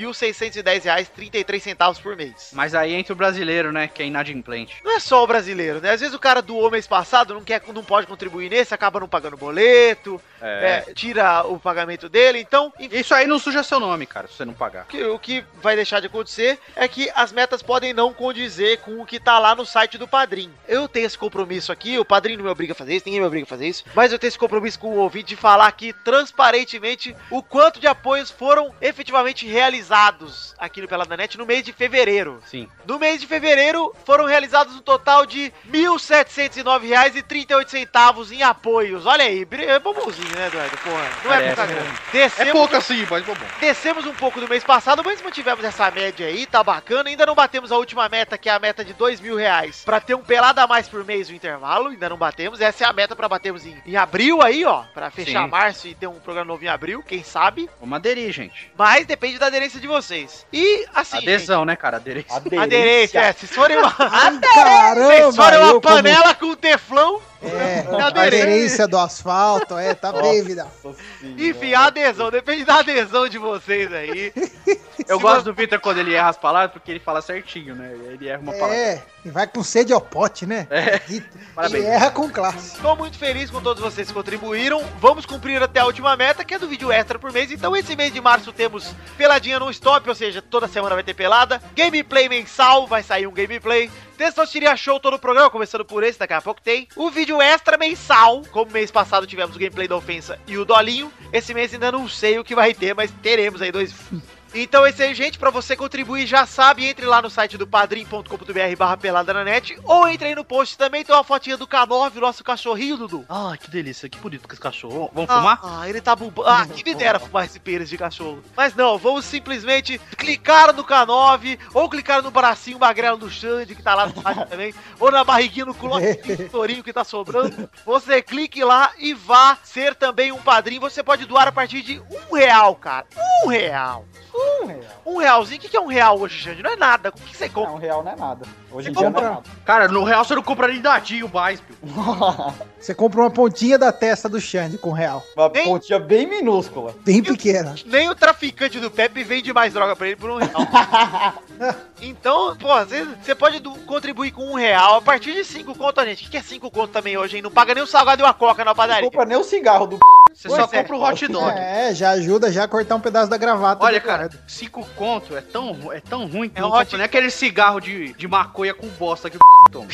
A: 2.610,33 por mês.
L: Mas aí entra o brasileiro, né? Que é inadimplente.
A: Não é só o brasileiro, né? Às vezes o cara doou mês passado, não, quer, não pode contribuir nesse, acaba não pagando boleto,
L: É.
A: é, tira o pagamento dele, então...
L: Isso aí não suja seu nome, cara, se você não pagar.
A: que- o que vai deixar de acontecer é que as metas podem não condizer com o que tá lá no site do Padrim. Eu tenho esse compromisso aqui, o Padrim não me obriga a fazer isso, ninguém me obriga a fazer isso, mas eu tenho esse compromisso com o ouvinte de falar aqui transparentemente o quanto de apoios foram efetivamente realizados aqui no Peladanet no mês de fevereiro.
L: Sim.
A: No mês de fevereiro foram realizados um total de R$ 1.709,38 em apoios. Olha aí, bri- é bombonzinho, né, Eduardo? Porra, não é
L: Parece,
A: muita
L: né?
A: grana.
L: É pouco assim, mas bom.
A: Descemos um pouco do mês passado, mas mantivemos essa média aí, tá bacana. Ainda não batemos a última meta, que é a meta de dois mil reais, pra ter um pelada a mais por mês no intervalo. Ainda não batemos. Essa é a meta pra batermos em, em abril aí, ó, Pra fechar
L: Sim.
A: março e ter um programa novo em abril, quem sabe.
L: Vamos aderir, gente.
A: Mas depende da aderência de vocês. E assim.
L: Adesão, né, cara? Aderência.
A: gente, aderência, é, se forem uma,
M: Caramba,
A: se forem uma
M: eu como-
A: panela com teflão,
M: É, a aderência do asfalto, é, tá bem, vida.
A: Enfim, a adesão, depende da adesão de vocês aí.
L: Eu gosto do Victor quando ele erra as palavras, porque ele fala certinho, né? Ele erra uma palavra.
M: É, e vai com sede ao pote, né?
L: É.
M: E
L: Parabéns.
M: erra com classe.
A: Estou muito feliz com todos vocês que contribuíram. Vamos cumprir até a última meta, que é do vídeo extra por mês. Então, esse mês de março temos Peladinha no Stop, ou seja, toda semana vai ter pelada. Gameplay mensal, vai sair um gameplay. Testosteria Show todo o programa, começando por esse, daqui a pouco tem. O vídeo extra mensal, como mês passado tivemos o gameplay da ofensa e o dolinho. Esse mês ainda não sei o que vai ter, mas teremos aí dois então é isso aí, gente. Pra você contribuir, já sabe, entre lá no site do padrim.com.br barra pelada na net ou entre aí no post também, tem uma fotinha do K9, nosso cachorrinho, Dudu.
L: Ai, Ah, que delícia, que bonito que esse cachorro. Vamos
A: Ah,
L: fumar?
A: Ah, ele tá bombando. Ah, que me dera fumar esse pênis de cachorro. Mas não, vamos simplesmente clicar no K9 ou clicar no bracinho magrelo do Xande, que tá lá no site também, ou na barriguinha no culote do tourinho que tá sobrando. Você clique lá e vá ser também um padrinho. Você pode doar a partir de um real, cara. Um real. Um real. Um realzinho. O que que é um real hoje, Xande? Não é nada. O que que você compra?
G: Não, um real não é nada. Hoje em
A: Você
G: dia não é
A: compra-
G: nada.
L: Cara, no real você não compra nem dadinho mais, meu.
M: Você compra uma pontinha da testa do Xande com real.
G: Uma pontinha bem minúscula.
M: Bem pequena.
A: Nem o traficante do Pepe vende mais droga pra ele por um real. então, pô, você pode do- contribuir com um real a partir de cinco conto, gente. O que que é cinco conto também hoje, hein? Não paga nem o salgado e uma coca na padaria.
G: Compra nem o cigarro do.
L: Você
A: Pois
L: só
A: é.
L: compra o hot dog.
M: É, já ajuda já a cortar um pedaço da gravata.
L: Olha,
M: do
L: cara,
M: Eduardo.
L: cinco conto é tão, ru- é tão ruim que
A: É
L: não,
A: hot-
L: compra nem aquele cigarro de, de maconha com bosta que o toma.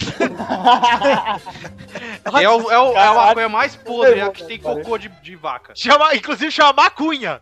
L: é, o, é, o, é a maconha mais podre, é a que tem cocô de, de vaca.
A: Chama, inclusive chama cunha.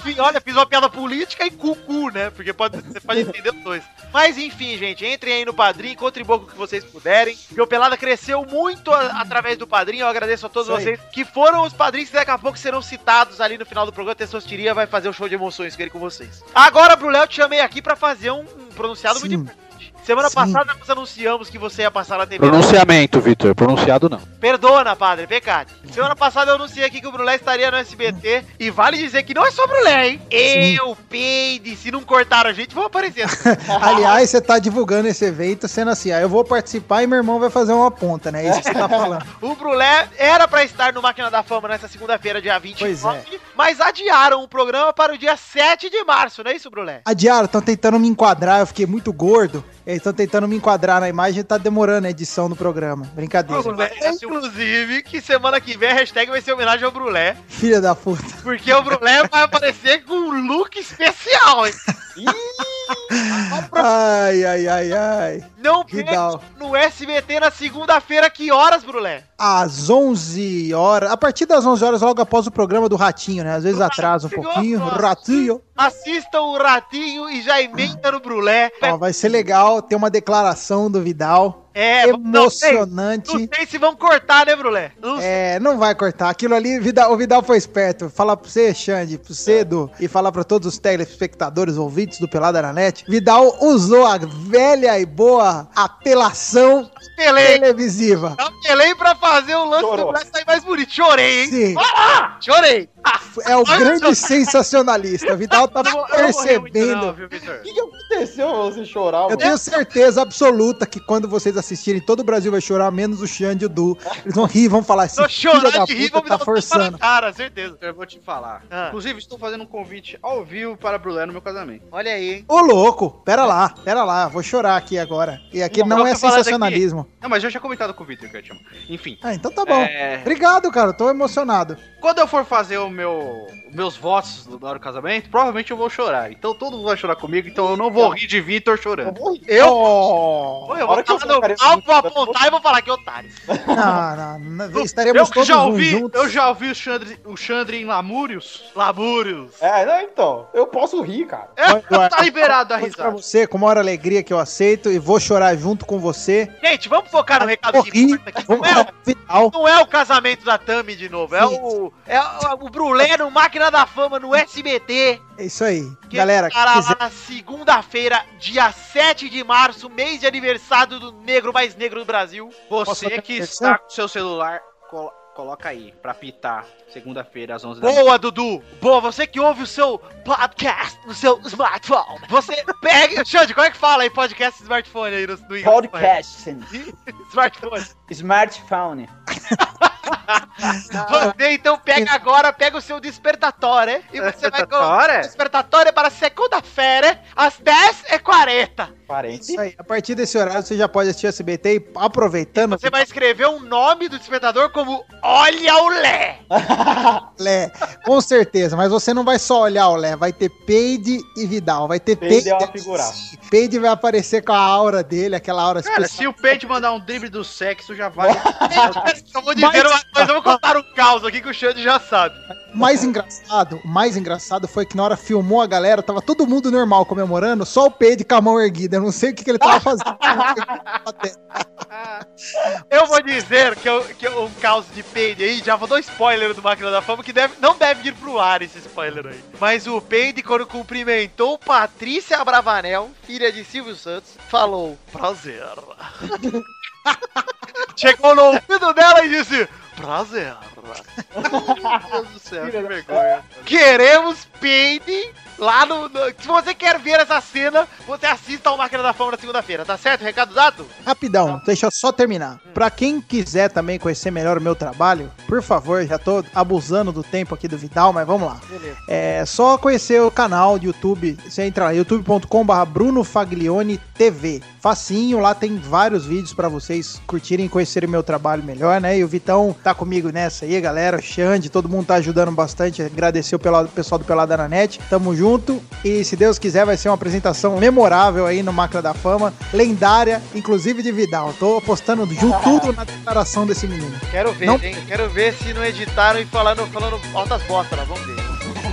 A: Enfim, olha, fiz uma piada política e cucu, né? Porque pode, você pode entender os dois. Mas enfim, gente, entrem aí no Padrim, contribuam com o que vocês puderem. Porque o Pelada cresceu muito a- através do Padrim. Eu agradeço a todos
M: Isso aí.
A: vocês que foram os padrinhos que daqui a pouco serão citados ali no final do programa. Testosteria vai fazer o show de emoções dele com vocês. Agora, Brulé, eu te chamei aqui pra fazer um, um pronunciado muito importante. Semana passada nós anunciamos que você ia passar na TV.
N: Pronunciamento, Vitor. Pronunciado não.
A: Perdona, padre, pecado. Semana passada eu anunciei aqui que o Brulé estaria no SBT. E vale dizer que não é só o Brulé, hein? Eu, Peide, se não cortaram a gente, vão aparecer.
M: Aliás, você tá divulgando esse evento sendo assim, ah, eu vou participar e meu irmão vai fazer uma ponta, né? É isso que você tá falando.
A: o Brulé era pra estar no Máquina da Fama nessa segunda-feira, dia 29,
M: é.
A: mas adiaram o programa para o dia 7 de março, não é isso, Brulé?
M: Adiaram, estão tentando me enquadrar, eu fiquei muito gordo. Eles estão tentando me enquadrar na imagem e tá demorando a edição do programa. Brincadeira.
A: Brulé, inclusive, que semana que vem a hashtag vai ser homenagem ao Brulé,
M: Filha da puta.
A: porque o Brulé vai aparecer com um look especial, hein?
M: Ai, ai, ai, ai.
A: Não
M: Que
A: perca
M: dó.
A: no SBT na segunda-feira, que horas, Brulé?
M: Às 11 horas, a partir das 11 horas, logo após o programa do Ratinho, né? Às vezes atrasa um pouquinho. Ratinho.
A: Assista o Ratinho e já emenda no Brulé.
M: Ó, vai ser legal ter uma declaração do Vidal.
A: É,
M: emocionante.
A: Não sei se vão cortar, né, Brulé? Não
M: É, não vai cortar. Aquilo ali, Vidal- o Vidal foi esperto. Falar pra você, Xande, pro
L: É.
M: cedo, e falar pra todos os telespectadores, ouvintes do Pelada na Net. Vidal usou a velha e boa apelação
A: Pelei.
M: televisiva.
A: Apelei pra fazer o lance do Brulé sair mais bonito. Chorei, hein?
M: Sim.
A: Ah, chorei.
M: É o
A: Olha
M: grande
A: só.
M: sensacionalista. O Vidal tá percebendo.
G: O que, que aconteceu pra você chorar,
M: Eu
G: mano?
M: tenho certeza absoluta que quando vocês assistirem, todo o Brasil vai chorar, menos o Xande e o Du. Eles vão rir, vão falar assim.
L: Tô chorando
M: da
L: de rir,
M: puta
L: vou me dar
M: tá
L: um tapa na
M: forçando.
A: Cara, certeza.
L: Eu vou te falar.
A: Ah.
L: Inclusive, estou fazendo um convite ao vivo para Brulé no meu casamento.
A: Olha aí, hein?
M: Ô, louco, pera lá, pera lá, vou chorar aqui agora. E aqui não,
L: eu
M: é
L: tô falando aqui-
M: sensacionalismo.
L: Não, mas eu já comentado com o Vitor que eu te amo. Enfim.
M: Ah, então tá bom.
L: É.
M: Obrigado, cara, eu tô emocionado.
L: Quando eu for fazer o meu, meus votos na hora do casamento, provavelmente eu vou chorar. Então todo mundo vai chorar comigo, então eu não vou rir de Vitor chorando.
A: Eu?
L: Oh,
A: eu vou falar no pau, vou apontar e vou falar que otário.
M: Não, não, não estaremos
L: é Eu que
M: todos
L: já ouvi,
M: juntos.
L: eu já ouvi o Xandre, o Xandre em Lamúrios. Lamúrios.
G: É, não, então. Eu posso rir, cara.
L: É, tá liberado a
M: Conto Pra
L: risada.
M: você, com a maior alegria que eu aceito e vou chorar junto com você.
A: Gente, vamos focar no recado que importa aqui. Não é,
M: o-
A: não é o casamento da Tami de novo, é o, é o, o Brulé no Máquina da Fama no SBT.
M: É isso aí.
A: Que
M: Galera,
A: estará
M: quiser-
A: lá na segunda-feira, dia 7 de março, mês de aniversário do negro mais negro do Brasil.
L: Você que está com seu celular, colo- coloca aí pra pitar segunda-feira às 11 da manhã.
A: Boa, Dudu! Boa, você que ouve o seu podcast no seu smartphone. Você pega. Xande, como é que fala aí podcast e smartphone aí no, no
O: Podcast.
A: Smartphone.
O: Smartphone.
M: Ah.
A: Você então pega agora, pega o seu despertatório e você vai
M: Despertatório?
A: colocar despertatório para segunda-feira às 10h40.
M: É Isso aí. A partir desse horário você já pode assistir o SBT e aproveitando.
A: Você vai escrever o nome do despertador como Olha o Lé.
M: Lé, com certeza, mas você não vai só olhar o Lé, vai ter Peide e Vidal, vai ter
L: Peide
M: Peide.
L: é uma figuraça.
M: Peide vai aparecer com a aura dele, aquela aura
L: Cara, se o Pente mandar um drible do sexo, já vai.
A: eu vou dizer uma coisa, eu vou contar um caos aqui que o Xande já sabe.
M: O mais engraçado, o mais engraçado foi que na hora filmou a galera, tava todo mundo normal comemorando, só o Peide com a mão erguida, eu não sei o que, que ele tava fazendo.
A: Eu vou dizer que, eu, que eu- um caos de Peide aí, já vou dar um spoiler do Máquina da Fama, que deve, não deve ir pro ar esse spoiler aí. Mas o Peide, quando cumprimentou Patrícia Bravanel, filha de Silvio Santos, falou, prazer. Chegou no ouvido dela e disse, prazer. Meu Deus do céu, que vergonha. Queremos Peide lá no, no- Se você quer ver essa cena, você assista ao Máquina da Fama na segunda-feira, tá certo? Recado dado?
M: Rapidão, deixa eu só terminar. Pra quem quiser também conhecer melhor o meu trabalho, por favor, já tô abusando do tempo aqui do Vidal, mas vamos lá.
A: Beleza.
M: É só conhecer o canal do YouTube. Você entra lá, youtube.com.br Bruno Faglione TV. Facinho, lá tem vários vídeos pra vocês curtirem e conhecerem meu trabalho melhor, né? E o Vitão tá comigo nessa aí, galera. O Xande, todo mundo tá ajudando bastante. Agradecer o pela- pessoal do Pelada na Net. Tamo junto. E se Deus quiser, vai ser uma apresentação memorável aí no Macra da Fama. Lendária, inclusive de Vidal. Tô apostando de tudo na declaração desse menino.
A: Quero ver,
M: Não-
A: hein? Quero ver se não editaram e falando, falando altas botas lá, vamos ver.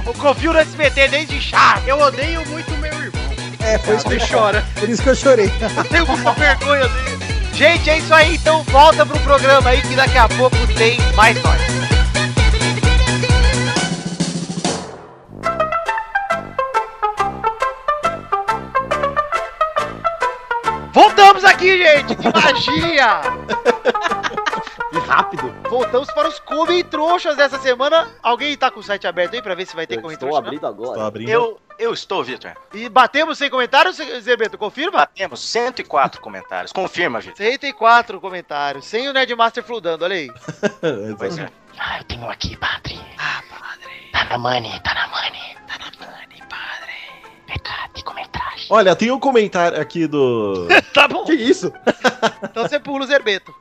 J: O Covil no SBT desde chato. Eu odeio muito meu irmão.
M: É, foi isso que
J: Ele
M: eu
J: chora.
M: Por isso que eu chorei.
J: Eu tenho muita vergonha dele. Gente, é isso aí. Então volta pro programa aí que daqui a pouco tem mais nós. Voltamos aqui, gente! Que magia!
G: E rápido.
A: Voltamos para os Comem Trouxas dessa semana. Alguém tá com o site aberto aí pra ver se vai ter Comem
G: Estou
A: Trouxa? não?
G: abrindo agora.
D: Estou abrindo.
A: Eu-
H: Eu estou, Vitor.
A: E batemos sem comentários, Zerbeto, confirma?
H: Batemos 104 comentários. Confirma, Vitor.
A: 104 comentários, sem o Nerdmaster fludando, olha aí.
H: Pois é.
E: Ah, eu tenho aqui, padre.
A: Ah,
E: padre. Tá na money, tá na money.
D: Olha, tem um comentário aqui do.
A: tá bom.
D: Que isso?
A: Então você pula o Zerbeto.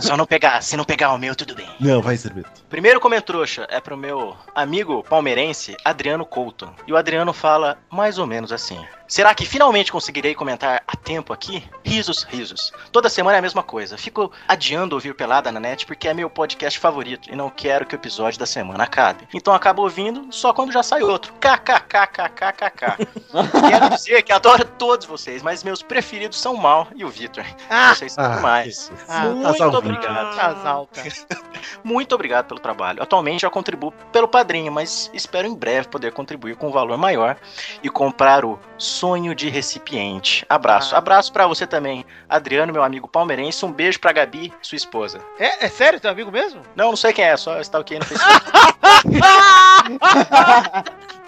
H: Só não pegar. Se não pegar o meu, tudo bem.
D: Não, vai, Zerbeto.
H: Primeiro comentrouxa é pro meu amigo palmeirense Adriano Couto. E o Adriano fala mais ou menos assim: Será que finalmente conseguirei comentar a tempo aqui? Risos, risos. Toda semana é a mesma coisa. Fico adiando ouvir Pelada na net porque é meu podcast favorito e não quero que o episódio da semana acabe. Então acabo ouvindo só quando já sai outro. KKKKKKK. quero dizer que adoro todos vocês, mas meus preferidos são o Mal e o Victor. vocês são
D: ah,
H: demais.
A: Ah,
H: Muito
A: casal vivo.
H: obrigado.
A: Casal, cara.
H: Muito obrigado pelo trabalho. Atualmente já contribuo pelo padrinho, mas espero em breve poder contribuir com um valor maior e comprar o sonho de recipiente. Abraço.
A: Ah.
H: Abraço pra você também, Adriano, meu amigo palmeirense. Um beijo pra Gabi, sua esposa.
A: É, é sério teu amigo mesmo?
H: Não, não sei quem é, só stalkeei no Facebook.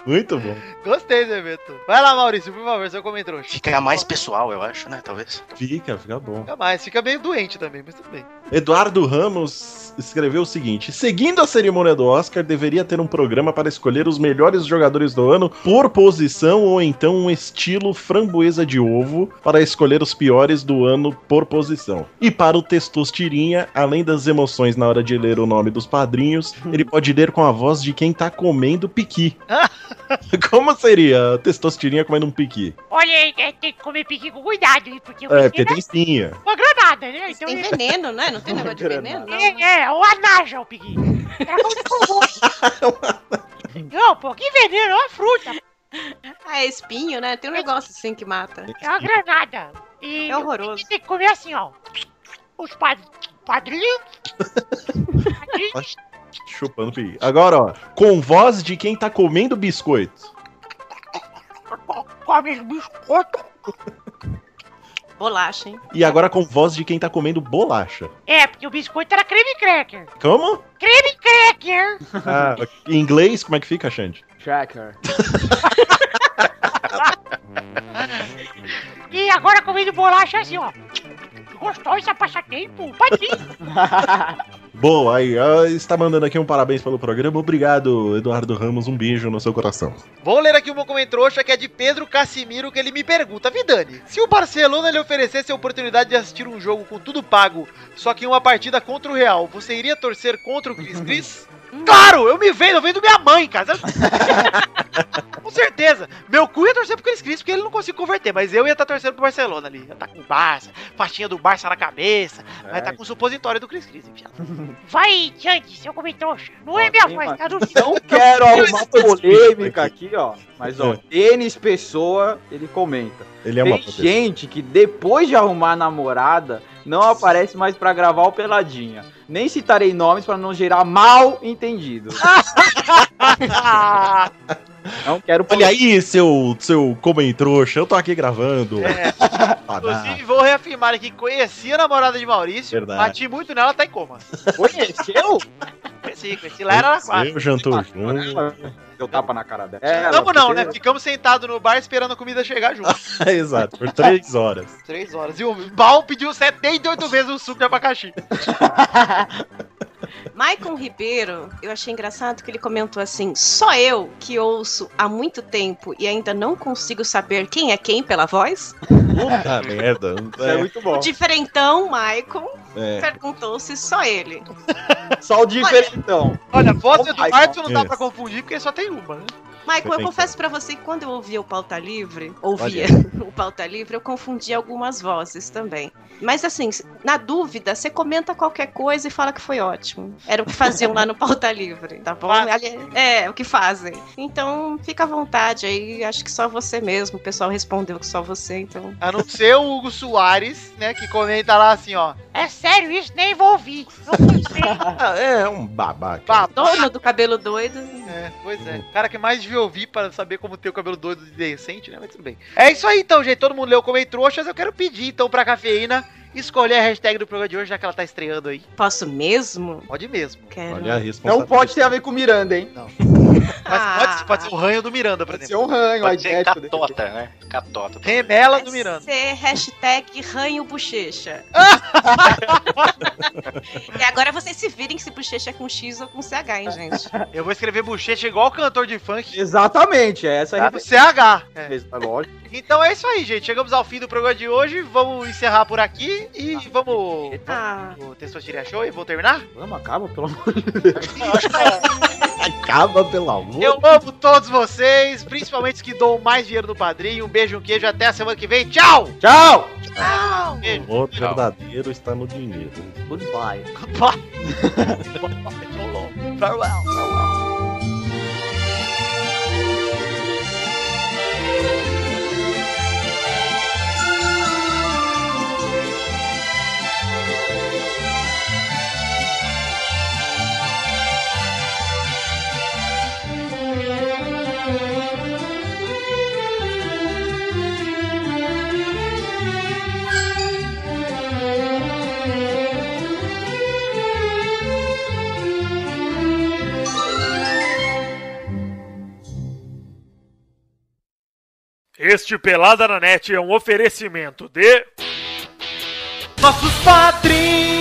D: Muito bom.
A: Gostei, Zerbeto. Vai lá, Maurício, por favor, seu Comem Trouxa.
H: Fica é mais pessoal, eu acho, né? Talvez.
D: Fica, fica bom.
A: Fica mais, fica meio doente também, mas tudo bem.
D: Eduardo Ramos escreveu o seguinte: Seguindo a cerimônia do Oscar, deveria ter um programa para escolher os melhores jogadores do ano por posição ou então um estilo framboesa de ovo para escolher os piores do ano por posição. E para o Testostirinha, além das emoções na hora de ler o nome dos padrinhos, ele pode ler com a voz de quem tá comendo piqui. Como seria a Testostirinha comendo um piqui?
E: Olha, aí, é, tem que comer piqui com cuidado, hein? Porque o
D: É,
E: piqui
D: porque tem espinha.
E: uma granada, né? Então,
I: Tem veneno, né? Não tem negócio de veneno? Não. né?
E: É, é, o anaja o Tá piqui. Era como- Não, pô, que veneno, é uma fruta.
I: Ah, é espinho, né? Tem um negócio assim que mata.
E: É uma granada. E
I: É horroroso.
E: Tem que comer assim, ó. Os pad... padrinhos. padrinhos.
D: Chupando piqui. Agora, ó, com voz de quem tá comendo biscoito.
E: Come biscoito.
I: Bolacha, hein?
D: E agora com voz de quem tá comendo bolacha.
E: É, porque o biscoito era creme cracker.
D: Como?
E: Creme cracker!
D: Ah, em inglês, como é que fica, Xande?
G: Tracker.
E: E agora comendo bolacha assim, ó. Gostou esse passatempo? Padrinho!
D: Boa, aí ah, está mandando aqui um parabéns pelo programa. Obrigado, Eduardo Ramos. Um beijo no seu coração.
A: Vou ler aqui o meu Comem Trouxa, que é de Pedro Casimiro, que ele me pergunta, Vidani, se o Barcelona lhe oferecesse a oportunidade de assistir um jogo com tudo pago, só que em uma partida contra o Real, você iria torcer contra o Cris Cris? Claro, eu me vendo, eu vendo minha mãe, cara. com certeza. Meu cu ia torcer pro Cris Cris, porque ele não conseguiu converter, mas eu ia estar torcendo pro Barcelona ali. Ia estar com o Barça, faixinha do Barça na cabeça, vai estar com o supositório do Cris Cris, enfiado.
E: Vai, Xande, seu comentrouxa. Não é minha voz, tá do
G: Não quero arrumar polêmica aqui, ó. Mas, ó, Denis Pessoa, É. ele comenta.
D: Ele é
G: Tem
D: uma potência.
G: gente que depois de arrumar namorada, não aparece mais pra gravar o Peladinha. Nem citarei nomes pra não gerar mal entendido.
L: Ah!
G: não quero
D: Olha aí, seu, seu comentrouxa. Eu tô aqui gravando.
A: É.
D: Ah,
A: Inclusive, vou reafirmar aqui que conheci a namorada de Maurício,
D: Verdade.
A: bati muito nela, tá em coma.
G: Conheceu?
A: Conheci, conheci lá, era na quadra.
D: Eu jantou junto.
G: Deu tapa na cara dela. É,
A: Ficamos não, né?
G: porque-
A: Ficamos sentados no bar esperando a comida chegar junto.
D: Exato, por três horas.
A: Três horas. E o Bal pediu 78 vezes o suco de abacaxi.
I: Maicon Ribeiro, eu achei engraçado que ele comentou assim: só eu que ouço há muito tempo e ainda não consigo saber quem é quem pela voz.
D: Puta Ah, merda.
G: é muito bom.
I: O diferentão, Maicon,
D: É.
I: perguntou se só ele.
G: Só o então. diferentão.
A: Olha, voz do Eduardo não dá
D: É.
A: pra confundir porque só tem uma, né?
I: Maicon, eu
D: Diferentão.
I: confesso pra você que quando eu ouvia o Pauta Livre, ouvia
D: Olha.
I: o Pauta Livre, eu confundia algumas vozes também. Mas assim, na dúvida, você comenta qualquer coisa e fala que foi ótimo. Era o que faziam lá no Pauta Livre, tá bom? Ali- É, o que fazem. Então, fica à vontade aí. Acho que só você mesmo. O pessoal respondeu que só você, então.
A: A não ser o Hugo Soares, né? Que comenta lá assim, ó. Ah,
E: É sério isso? Nem vou ouvir.
D: é um babaca.
I: Dono do cabelo doido.
A: É, pois é. O cara que mais devia ouvir para saber como ter o cabelo doido de decente, né? Mas tudo bem. É isso aí então, gente. Todo mundo leu como em trouxas. Eu quero pedir então pra cafeína escolher a hashtag do programa de hoje, já que ela tá estreando aí.
I: Posso mesmo?
A: Pode mesmo.
I: Quero.
D: Olha a
G: Não
D: responsabilidade.
G: pode ter é a ver com Miranda, hein?
A: Não. Mas pode, pode ser o ranho do Miranda, por exemplo.
G: ser um ranho,
A: pode
G: a
A: ser
G: ideia
A: catota, né? Catota. Remela do Miranda.
I: É Ser hashtag ranho bochecha. e agora vocês se virem se bochecha é com X ou com CH, hein, gente?
A: Eu vou escrever bochecha igual o cantor de funk.
G: Exatamente, é essa tá
A: Tá no CH.
G: Lógico.
A: Então é isso aí, gente. Chegamos ao fim do programa de hoje. Vamos encerrar por aqui e vamos.
I: Ah.
A: O Testor Show e vou terminar?
G: Vamos, acaba, Ah, pelo amor
A: de
D: Acaba, pelo amor.
A: Eu amo todos vocês, principalmente os que dão mais dinheiro no padrinho. Um beijo, um queijo, até a semana que vem. Tchau!
G: Tchau!
A: Tchau! Beijo.
D: O voto verdadeiro está no dinheiro.
G: Goodbye.
A: Farewell.
P: Este Pelada na Net é um oferecimento de.
A: Nossos patrins!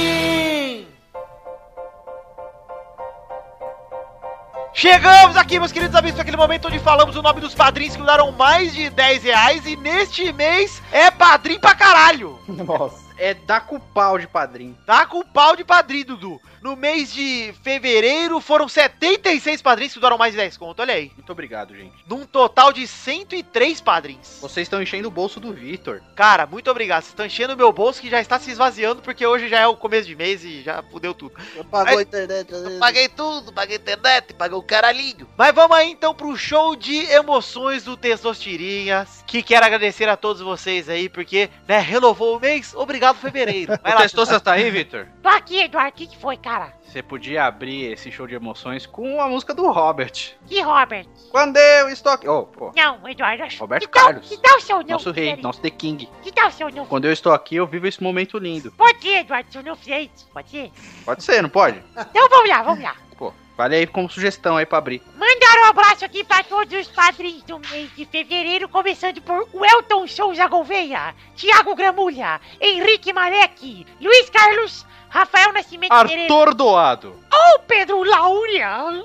A: Chegamos aqui, meus queridos amigos, para aquele momento onde falamos o nome dos padrinhos que mudaram mais de 10 reais e neste mês é padrinho pra caralho!
G: Nossa.
A: É dar com pau de padrinho. Dá com pau de padrinho, Dudu. No mês de fevereiro foram 76 padrinhos que mudaram mais de 10 conto, olha aí.
L: Muito obrigado, gente.
A: Num total de 103 padrinhos.
L: Vocês estão enchendo o bolso do Vitor.
A: Cara, muito obrigado. Vocês estão enchendo o meu bolso que já está se esvaziando, porque hoje já é o começo de mês e já fudeu tudo. Eu
J: pagou a né?
A: internet. Eu paguei tudo, paguei internet, paguei o caralhinho. Mas vamos aí então pro show de emoções do Testostirinhas, que quero agradecer a todos vocês aí, porque, né, renovou o mês, obrigado fevereiro. Vai
L: O
A: lá,
L: Testosta tá aí, Vitor?
E: Tô aqui, Eduardo. O que, que foi, cara?
L: Você podia abrir esse show de emoções com a música do Robert.
E: Que Robert?
L: Quando eu estou aqui. Oh, pô.
E: Não, Eduardo. acho-
L: Roberto
E: que tal-
L: Carlos.
E: Que tal seu não?
L: Nosso rei,
E: querido?
L: nosso The King.
E: Que tal seu não?
L: Quando eu estou aqui, eu vivo esse momento lindo.
E: Pode ser, Eduardo, seu não fiente. Pode ser.
L: Pode ser, não pode?
E: Então vamos lá, vamos lá.
L: Pô, vale aí como sugestão aí pra abrir.
E: Mandar um abraço aqui pra todos os padrinhos do mês de fevereiro, começando por Welton Souza Gouveia, Thiago Gramulha, Henrique Marek, Luiz Carlos, Rafael Nascimento
L: Arthur Doado.
E: ou Pedro Laurian,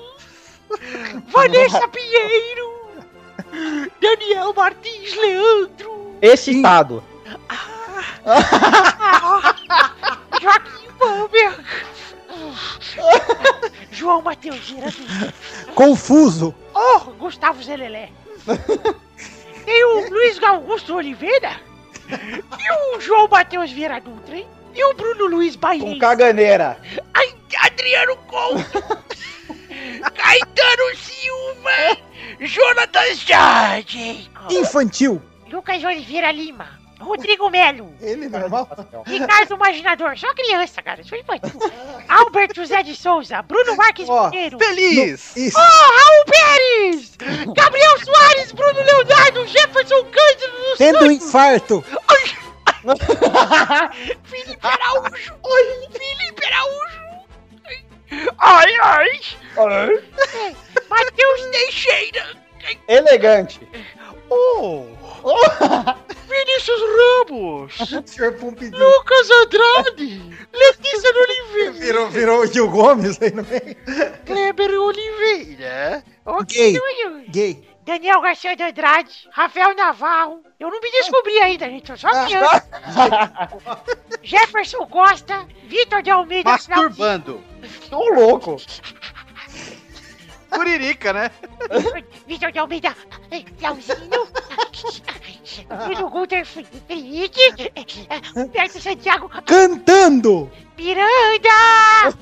E: Vanessa Pinheiro, Daniel Martins Leandro,
G: Excitado.
E: Ah, Joaquim Palmer, João Matheus Girardi,
M: Confuso.
E: oh, Gustavo Zelelé, tem o Luiz Augusto Oliveira, e o João Matheus Vieira Dutra, hein? e o Bruno Luiz Baile,
O: Com caganeira.
E: Ai, Adriano Couto, Caetano Silva, Jonathan Jade,
M: Infantil.
E: Lucas Oliveira Lima, Rodrigo Melo,
M: Ele normal.
E: Ricardo Imaginador, só criança, cara, sou infantil. Albert José de Souza, Bruno Marques Pinheiro.
M: feliz!
E: Oh,
M: No- isso.
E: Raul Pérez! Gabriel Soares, Bruno Leonardo, Jefferson Cândido dos
M: Tendo um
E: Santos,
M: infarto.
E: Felipe Araújo! Oi, Felipe Araújo! Ai, ai! Matheus Teixeira!
O: Elegante.
E: Oh! Vinícius Ramos!
M: Senhor Pompidou.
E: Lucas Andrade! Letícia Oliveira!
M: Virou, virou o Gil Gomes aí no meio.
E: Kleber Oliveira!
M: Gay.
E: Oi,
M: Gay.
E: Daniel Garcia de Andrade, Rafael Navarro. Eu não me descobri ainda, gente. Eu sou criança. Jefferson Costa, Vitor de Almeida.
L: Masturbando.
E: Ô, louco.
L: Curirica, né?
E: Vitor de Almeida, Leozinho, Bruno Guter Frick, Humberto Santiago,
M: Cantando!
E: Miranda!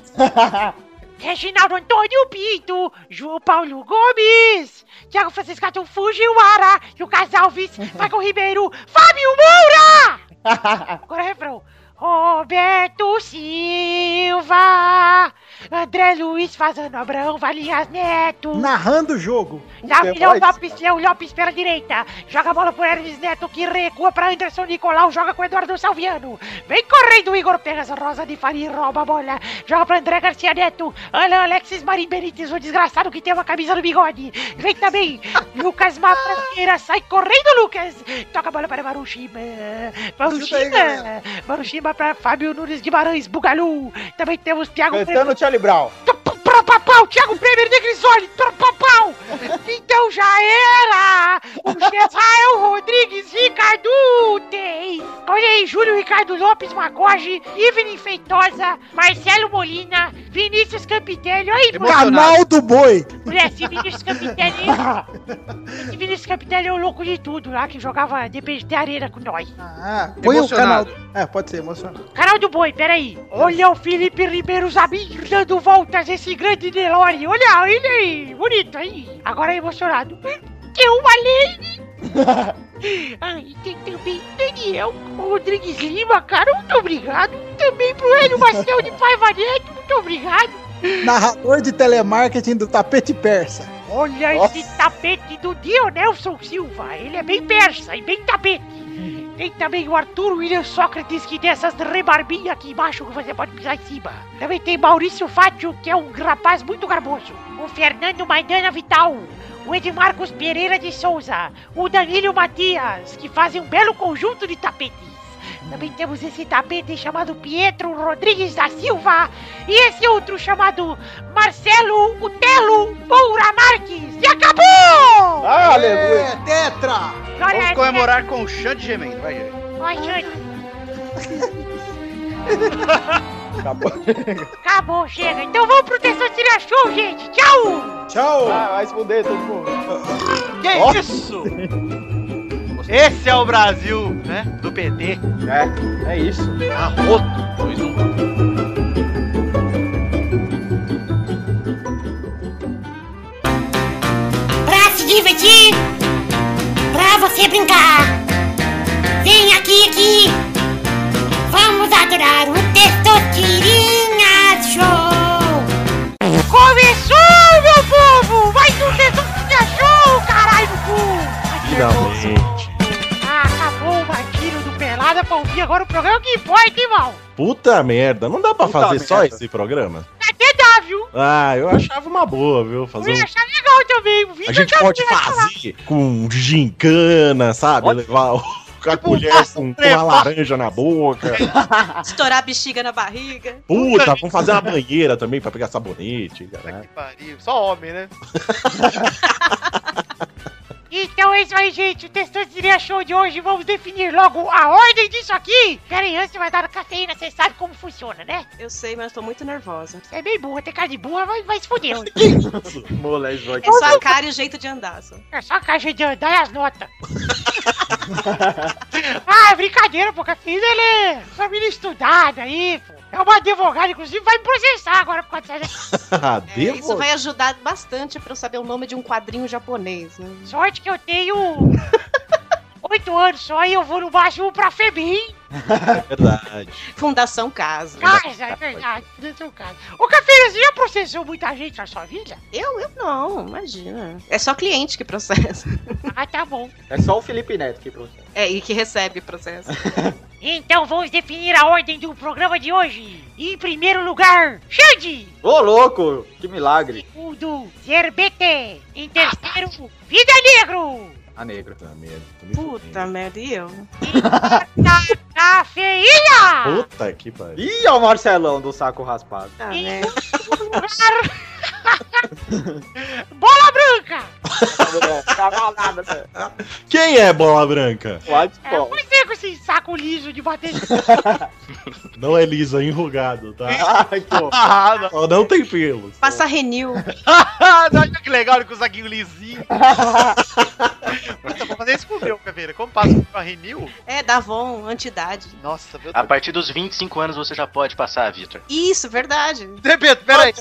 E: Reginaldo Antônio Pinto, João Paulo Gomes, Thiago Franciscato Fujiwara, Lucas Alves, Marco Ribeiro, Fábio Moura! Agora o refrão. Roberto Silva, André Luiz Fazano Abrão, Valinhas Neto.
M: Narrando o jogo.
E: Gabriel Lopes, Léo um Lopes pela direita. Joga a bola pro Hermes Neto, que recua pra Anderson Nicolau. Joga com Eduardo Salviano. Vem correndo, Igor. Pega essa rosa de farinha e rouba a bola. Joga pra André Garcia Neto. Olha, Alexis Marim Benítez, o desgraçado que tem uma camisa no bigode. Vem também. Lucas Matraqueira. Sai correndo, Lucas. Toca a bola para Marushima. Marushima. Marushima pra Fábio Nunes Guimarães. Bugalu. Também temos Thiago
O: Cantando Charlie Brown.
E: Pra papau, Thiago Bremer de Grisoli, pra papau! Então já era! O Israel Rodrigues, Ricardo Teis, olha aí, Júlio Ricardo Lopes Magoge, Ivne Feitosa, Marcelo Molina, Vinícius Campitelli, olha aí,
M: Canal do Boi.
E: Mulher, esse Vinícius Campitelli, esse Vinícius Campitelli é o louco de tudo lá, que jogava depende da arena com nós.
M: Ah, Põe o canal. É, pode ser emocionado.
E: Canal do Boi, peraí. Olha o Felipe Ribeiro Zabim dando voltas, esse grande Delore. Olha ele aí, bonito aí. Agora emocionado. Que uma lei! ah, e tem também Daniel Rodrigues Lima, cara, muito obrigado. Também pro Hélio Marcel de Paiva Neto, muito obrigado.
M: Narrador de telemarketing do tapete persa.
E: Olha esse tapete do Dionelson Silva. Ele é bem persa e bem tapete. Tem também o Arthur William Sócrates, que tem essas rebarbinhas aqui embaixo que você pode pisar em cima. Também tem Maurício Fátio, que é um rapaz muito garboso. O Fernando Maidana Vital. O Edmarcos Pereira de Souza. O Danilo Matias, que fazem um belo conjunto de tapetes. Também temos esse tapete chamado Pietro Rodrigues da Silva e esse outro chamado Marcelo Utelo Moura Marques. E acabou!
L: Aleluia!
M: tetra!
E: Glória a
L: Vamos
E: Deus.
L: comemorar com o Xande gemendo, vai, gente.
E: Oi, gente.
L: Acabou.
E: Acabou, chega. Então vamos pro Testosterinha Show, gente. Tchau!
M: Tchau!
G: Ah,
O: vai se fuder todo mundo.
A: Que
O: Nossa.
A: isso? Esse é o Brasil, né? Do Tá PT.
G: É, é isso.
A: Arroto.
Q: Pra se divertir, pra você brincar. Vem aqui, aqui. Vamos adorar o Testosterinha Show.
E: Começou, meu povo! Mais um Testosterinha Show, caralho do cu!
D: Finalmente.
E: Ah, acabou o batilho do Pelada pra ouvir agora o programa que importa, hein, mal?
D: Puta merda, não dá pra
E: Puta
D: fazer só
E: merda.
D: esse programa?
E: Até dá, É viu?
D: Ah, eu achava uma boa, viu?
E: Eu
D: Fazer
E: ia
D: um...
E: achar legal também. O
D: A
E: Vitor
D: gente
E: também
D: pode
E: ia achar
D: fazer com gincana, sabe? Levar o... com a colher com, com uma
I: trepa.
D: laranja na boca.
I: Estourar a bexiga na barriga.
D: Puta, vamos fazer uma banheira também pra pegar sabonete. caralho.
A: Pariu, Só homem, né?
E: Então é isso aí, gente. O Testosterinha Show de hoje. Vamos definir logo a ordem disso aqui. Pera aí, antes de vai dar cafeína, vocês sabem como funciona, né?
I: Eu sei, mas eu tô muito nervosa.
E: É bem burra, tem cara de burra, vai, vai se fuder. hoje.
G: Moleque, vai
I: É só a cara e o jeito de andar. só.
E: É só a caixa de andar e as notas. ah, é brincadeira, pô. Cafeína, ele é família estudada aí, pô. É uma advogada, inclusive, vai me processar Tá, agora por causa dessa...
D: Devo-
I: É, Isso vai ajudar bastante pra eu saber o nome de um quadrinho japonês, né?
E: Sorte que eu tenho... Oito anos só e eu vou no máximo pra FEBIM.
D: É Verdade.
I: Fundação Casa.
E: Casa, é verdade. No seu caso. Ô, Cafeína, você já processou muita gente na sua vida?
I: Eu? Eu não, imagina. É só cliente que processa.
E: Ah, tá bom.
G: É só o Felipe Neto que processa.
I: É, e que recebe processo.
E: Então vamos definir a ordem do programa de hoje. Em primeiro lugar, Xande,
G: Ô, louco! Que milagre.
E: o do Zerbete. Em terceiro, Vida Negro.
G: A negra.
I: Puta merda, e eu?
E: Cafeína.
D: Puta que pariu.
G: Ih, ó o Marcelão do saco raspado.
E: Em último lugar, Bola Branca.
G: Tá bom, tá balada, né?
D: Quem é bola branca?
G: Lá de
E: É
G: pau.
E: você com esse saco liso de bater.
D: Não é liso, é enrugado, tá?
A: Ai, pô.
G: Ah,
D: Só não tem pelos.
I: Passa renil.
A: Olha que legal, ele com o saquinho lisinho. Puta, vou fazer isso com o meu, Caveira. Como passa com a Renew?
I: É, Davon, antidade.
A: Nossa, meu
H: A partir dos 25 anos você já pode passar, Vitor.
I: Isso, verdade.
A: Zé Beto, peraí.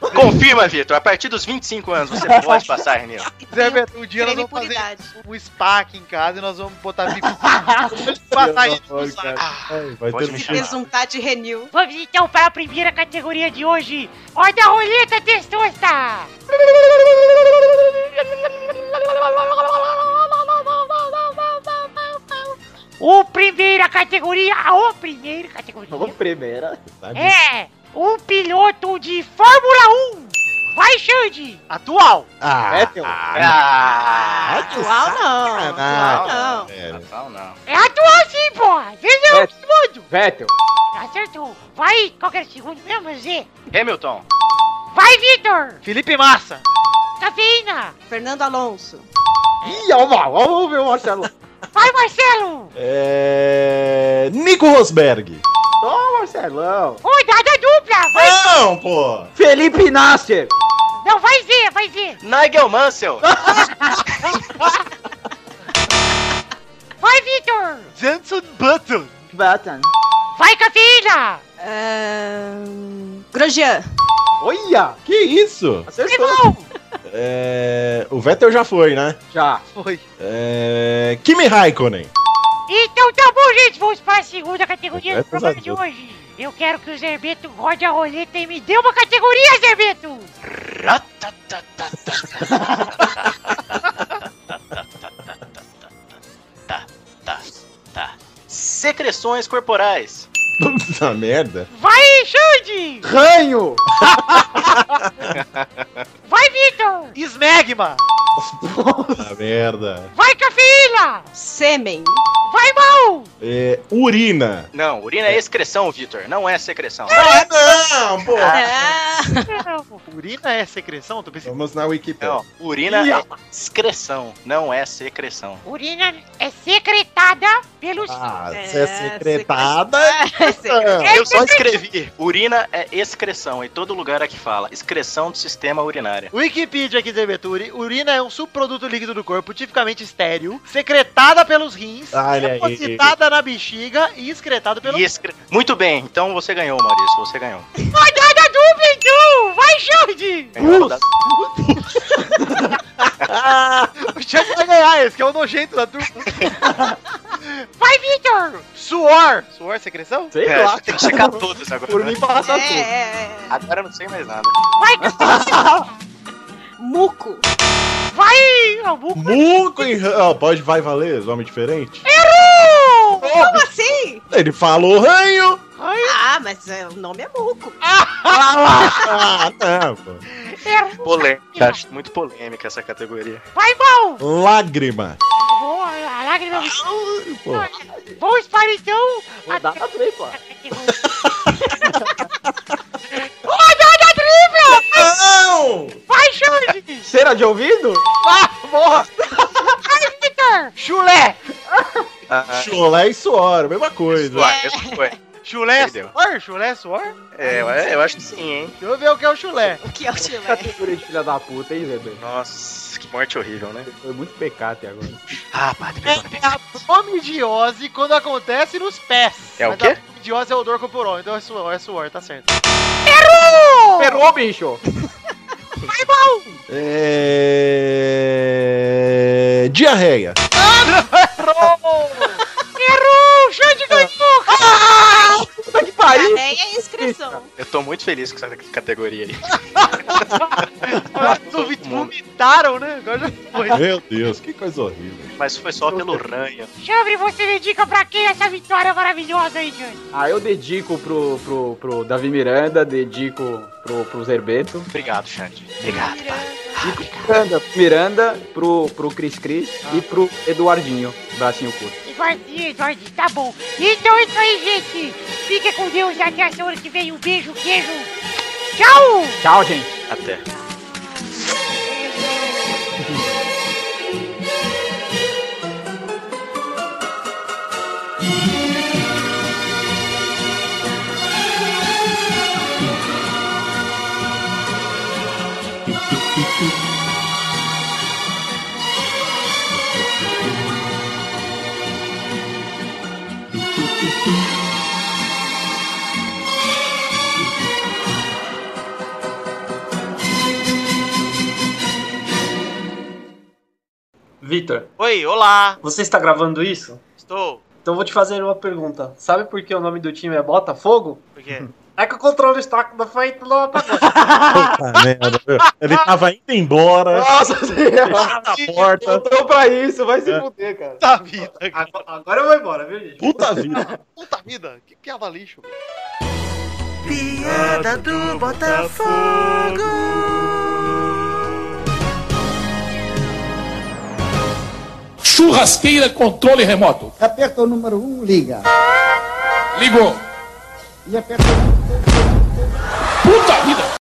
H: Confirma, Vitor. A partir dos 25 anos você pode passar, Renil.
A: Zé Beto, um dia nós vamos fazer um spa aqui em casa e nós vamos botar bico. Vamos passar isso no saco.
D: Vai
H: Pode
D: ter
H: me
D: um
H: chamar.
I: Presuntar Tá de renil.
E: Vamos então para a primeira categoria de hoje. Ordem a roleta, testosta! O primeira categoria, a o primeira categoria
G: Ô, primeira.
E: é um piloto de Fórmula 1. Vai, Xande!
A: Atual!
D: Ah,
G: Vettel.
A: É.
H: Ah,
I: atual não.
A: Ah,
I: Atual não.
H: Natal não.
E: É atual sim, porra! Veja o é um segundo!
G: Vettel.
E: Acertou! Vai, qual que era o segundo mesmo, Zé?
H: Hamilton.
E: Vai, Vitor!
A: Felipe Massa.
E: Cafeína!
I: Fernando Alonso.
G: Ih, olha o mal, olha o meu Marcelo.
E: Vai, Marcelo!
D: É. Nico Rosberg.
G: Toma, Marcelão.
E: Rodada dupla! Vai,
D: Não, pô!
G: Felipe Nasser.
E: Não, vai ver, vai ver!
H: Nigel Mansell.
E: Vai, Vitor!
A: Jenson Button.
G: Button.
E: Vai, Cafeína!
I: Ahn, Grosjean.
G: Olha,
D: Que isso?
G: acertou.
D: É... O Vettel já foi, né?
G: Já.
A: Foi.
D: É... Kimi Raikkonen.
E: Então tá bom, gente, vamos para a segunda
G: É
E: categoria do
D: Graças a
E: programa de hoje. Eu quero que o Zerbeto rode a roleta e me dê uma categoria, Zerbeto!
H: Tá, tá, tá. Secreções corporais.
D: Puta merda.
E: Vai, Xande!
G: Ranho.
E: Vai, Vitor!
A: Smegma.
D: Puta merda.
E: Vai, Cafeína!
I: Sêmen.
E: Vai, Mal!
D: É... Urina.
H: Não, urina é excreção, Vitor. Não é secreção.
D: Ah, não, pô!
A: Ah, é. Urina é secreção? Tô pensando.
D: Vamos na Wikipedia.
H: Não, urina é excreção, não é secreção.
E: Urina é secretada pelos...
D: Ah,
E: É,
D: você é secretada?
H: Eu só escrevi. Urina é excreção em todo lugar aqui fala. Excreção do sistema urinário.
A: Wikipedia aqui, Zé Beto. Uri- Urina é um subproduto líquido do corpo, tipicamente estéril, secretada pelos rins,
D: Olha aí.
A: depositada na bexiga e excretada pelos...
H: E excre- Muito bem, então você ganhou, Maurício. Você ganhou.
E: Rodada dupla, então! Vai, Xande!
H: Ganhou a rodada-
A: Ah, O Chance vai ganhar esse, que é o nojento da turma.
E: Vai, Vitor!
A: Suor. Suor, secreção?
G: Sei
H: É,
G: lá.
H: tem que checar todas agora. né?
G: Por mim passa
I: É,
G: tudo.
I: é, é.
H: Agora eu não sei mais nada.
E: Vai, Cafeína!
I: Muco.
E: Vai! Albu-
D: Muco e. Ra- ó, pode, vai valer, homem diferente?
E: Errou!
I: Como assim?
D: Ele falou ranho!
I: Ah, mas é, o nome é Muco.
D: Ah, não, pô.
I: É
E: Errou!
H: Polêmica, acho muito polêmica essa categoria.
E: Vai, Mal!
D: Lágrima.
E: Boa, a lágrima... é um Vamos para, então...
G: Vou dar pra três, pô.
E: Rodada tripla!
D: Não!
E: Vai, Xande!
G: Cera de ouvido?
A: Ah, morra.
E: Vai, Vitor!
A: Chulé.
H: Ah,
D: Chulé e suor, mesma coisa.
H: ué, isso foi.
A: Chulé é
H: Entendeu.
A: suor? Chulé é suor?
H: É, eu- eu acho que sim, hein?
A: Deixa eu ver o que é o chulé.
I: O que é o chulé?
G: Categoria de filha da puta, hein, Zé Beto?
H: Nossa, que morte horrível, né?
G: Foi muito pecado até agora.
H: Ah, padre,
A: É a bromidiose quando acontece nos pés.
H: É o
A: Mas
H: quê?
A: A bromidiose é odor corporal, então é suor, é suor, tá certo.
G: Perou, bicho.
E: Vai, Mal!
D: É... Diarreia.
E: Errou! Xande ganhou!
G: Ah, Puta que pariu.
I: É, é inscrição.
H: eu tô muito feliz com essa categoria aí.
D: Ah,
A: Os ouvintes vomitaram, né? Agora já foi.
D: Meu Deus, que coisa horrível.
H: Mas foi só pelo ranho.
E: Xandre, você dedica pra quem essa vitória maravilhosa aí, Xandre?
G: Ah, eu dedico pro, pro, pro Davi Miranda, dedico pro, pro Zerbeto.
H: Obrigado, Xande. Obrigado, padre.
G: Miranda, Miranda pro, pro Cris Cris e pro Eduardinho, bracinho curto.
E: Eduardinho, Eduardinho, tá bom. Então é isso aí, gente. Fica com Deus e até a semana que vem. Um beijo, queijo. Tchau!
G: Tchau, gente.
H: Até.
C: Vitor,
G: Oi, olá.
C: você está gravando isso?
G: Estou.
C: Então eu vou te fazer uma pergunta. Sabe por que o nome do time é Botafogo?
G: Por quê?
C: É que o controle está com defeito no apagão.
H: Ah.
D: Puta merda, meu. Ele tava indo embora.
L: Nossa
D: Fechar a porta.
L: Voltou pra isso, vai se
D: É.
L: fuder, cara.
G: Puta vida.
C: Agora, agora eu vou embora, viu, gente?
D: Puta vida.
G: Puta vida. Que piada lixo.
A: Piada do Botafogo.
R: Churrasqueira controle remoto.
H: Aperta o número 1, um, liga.
R: Ligou.
H: E aperta
R: Puta vida!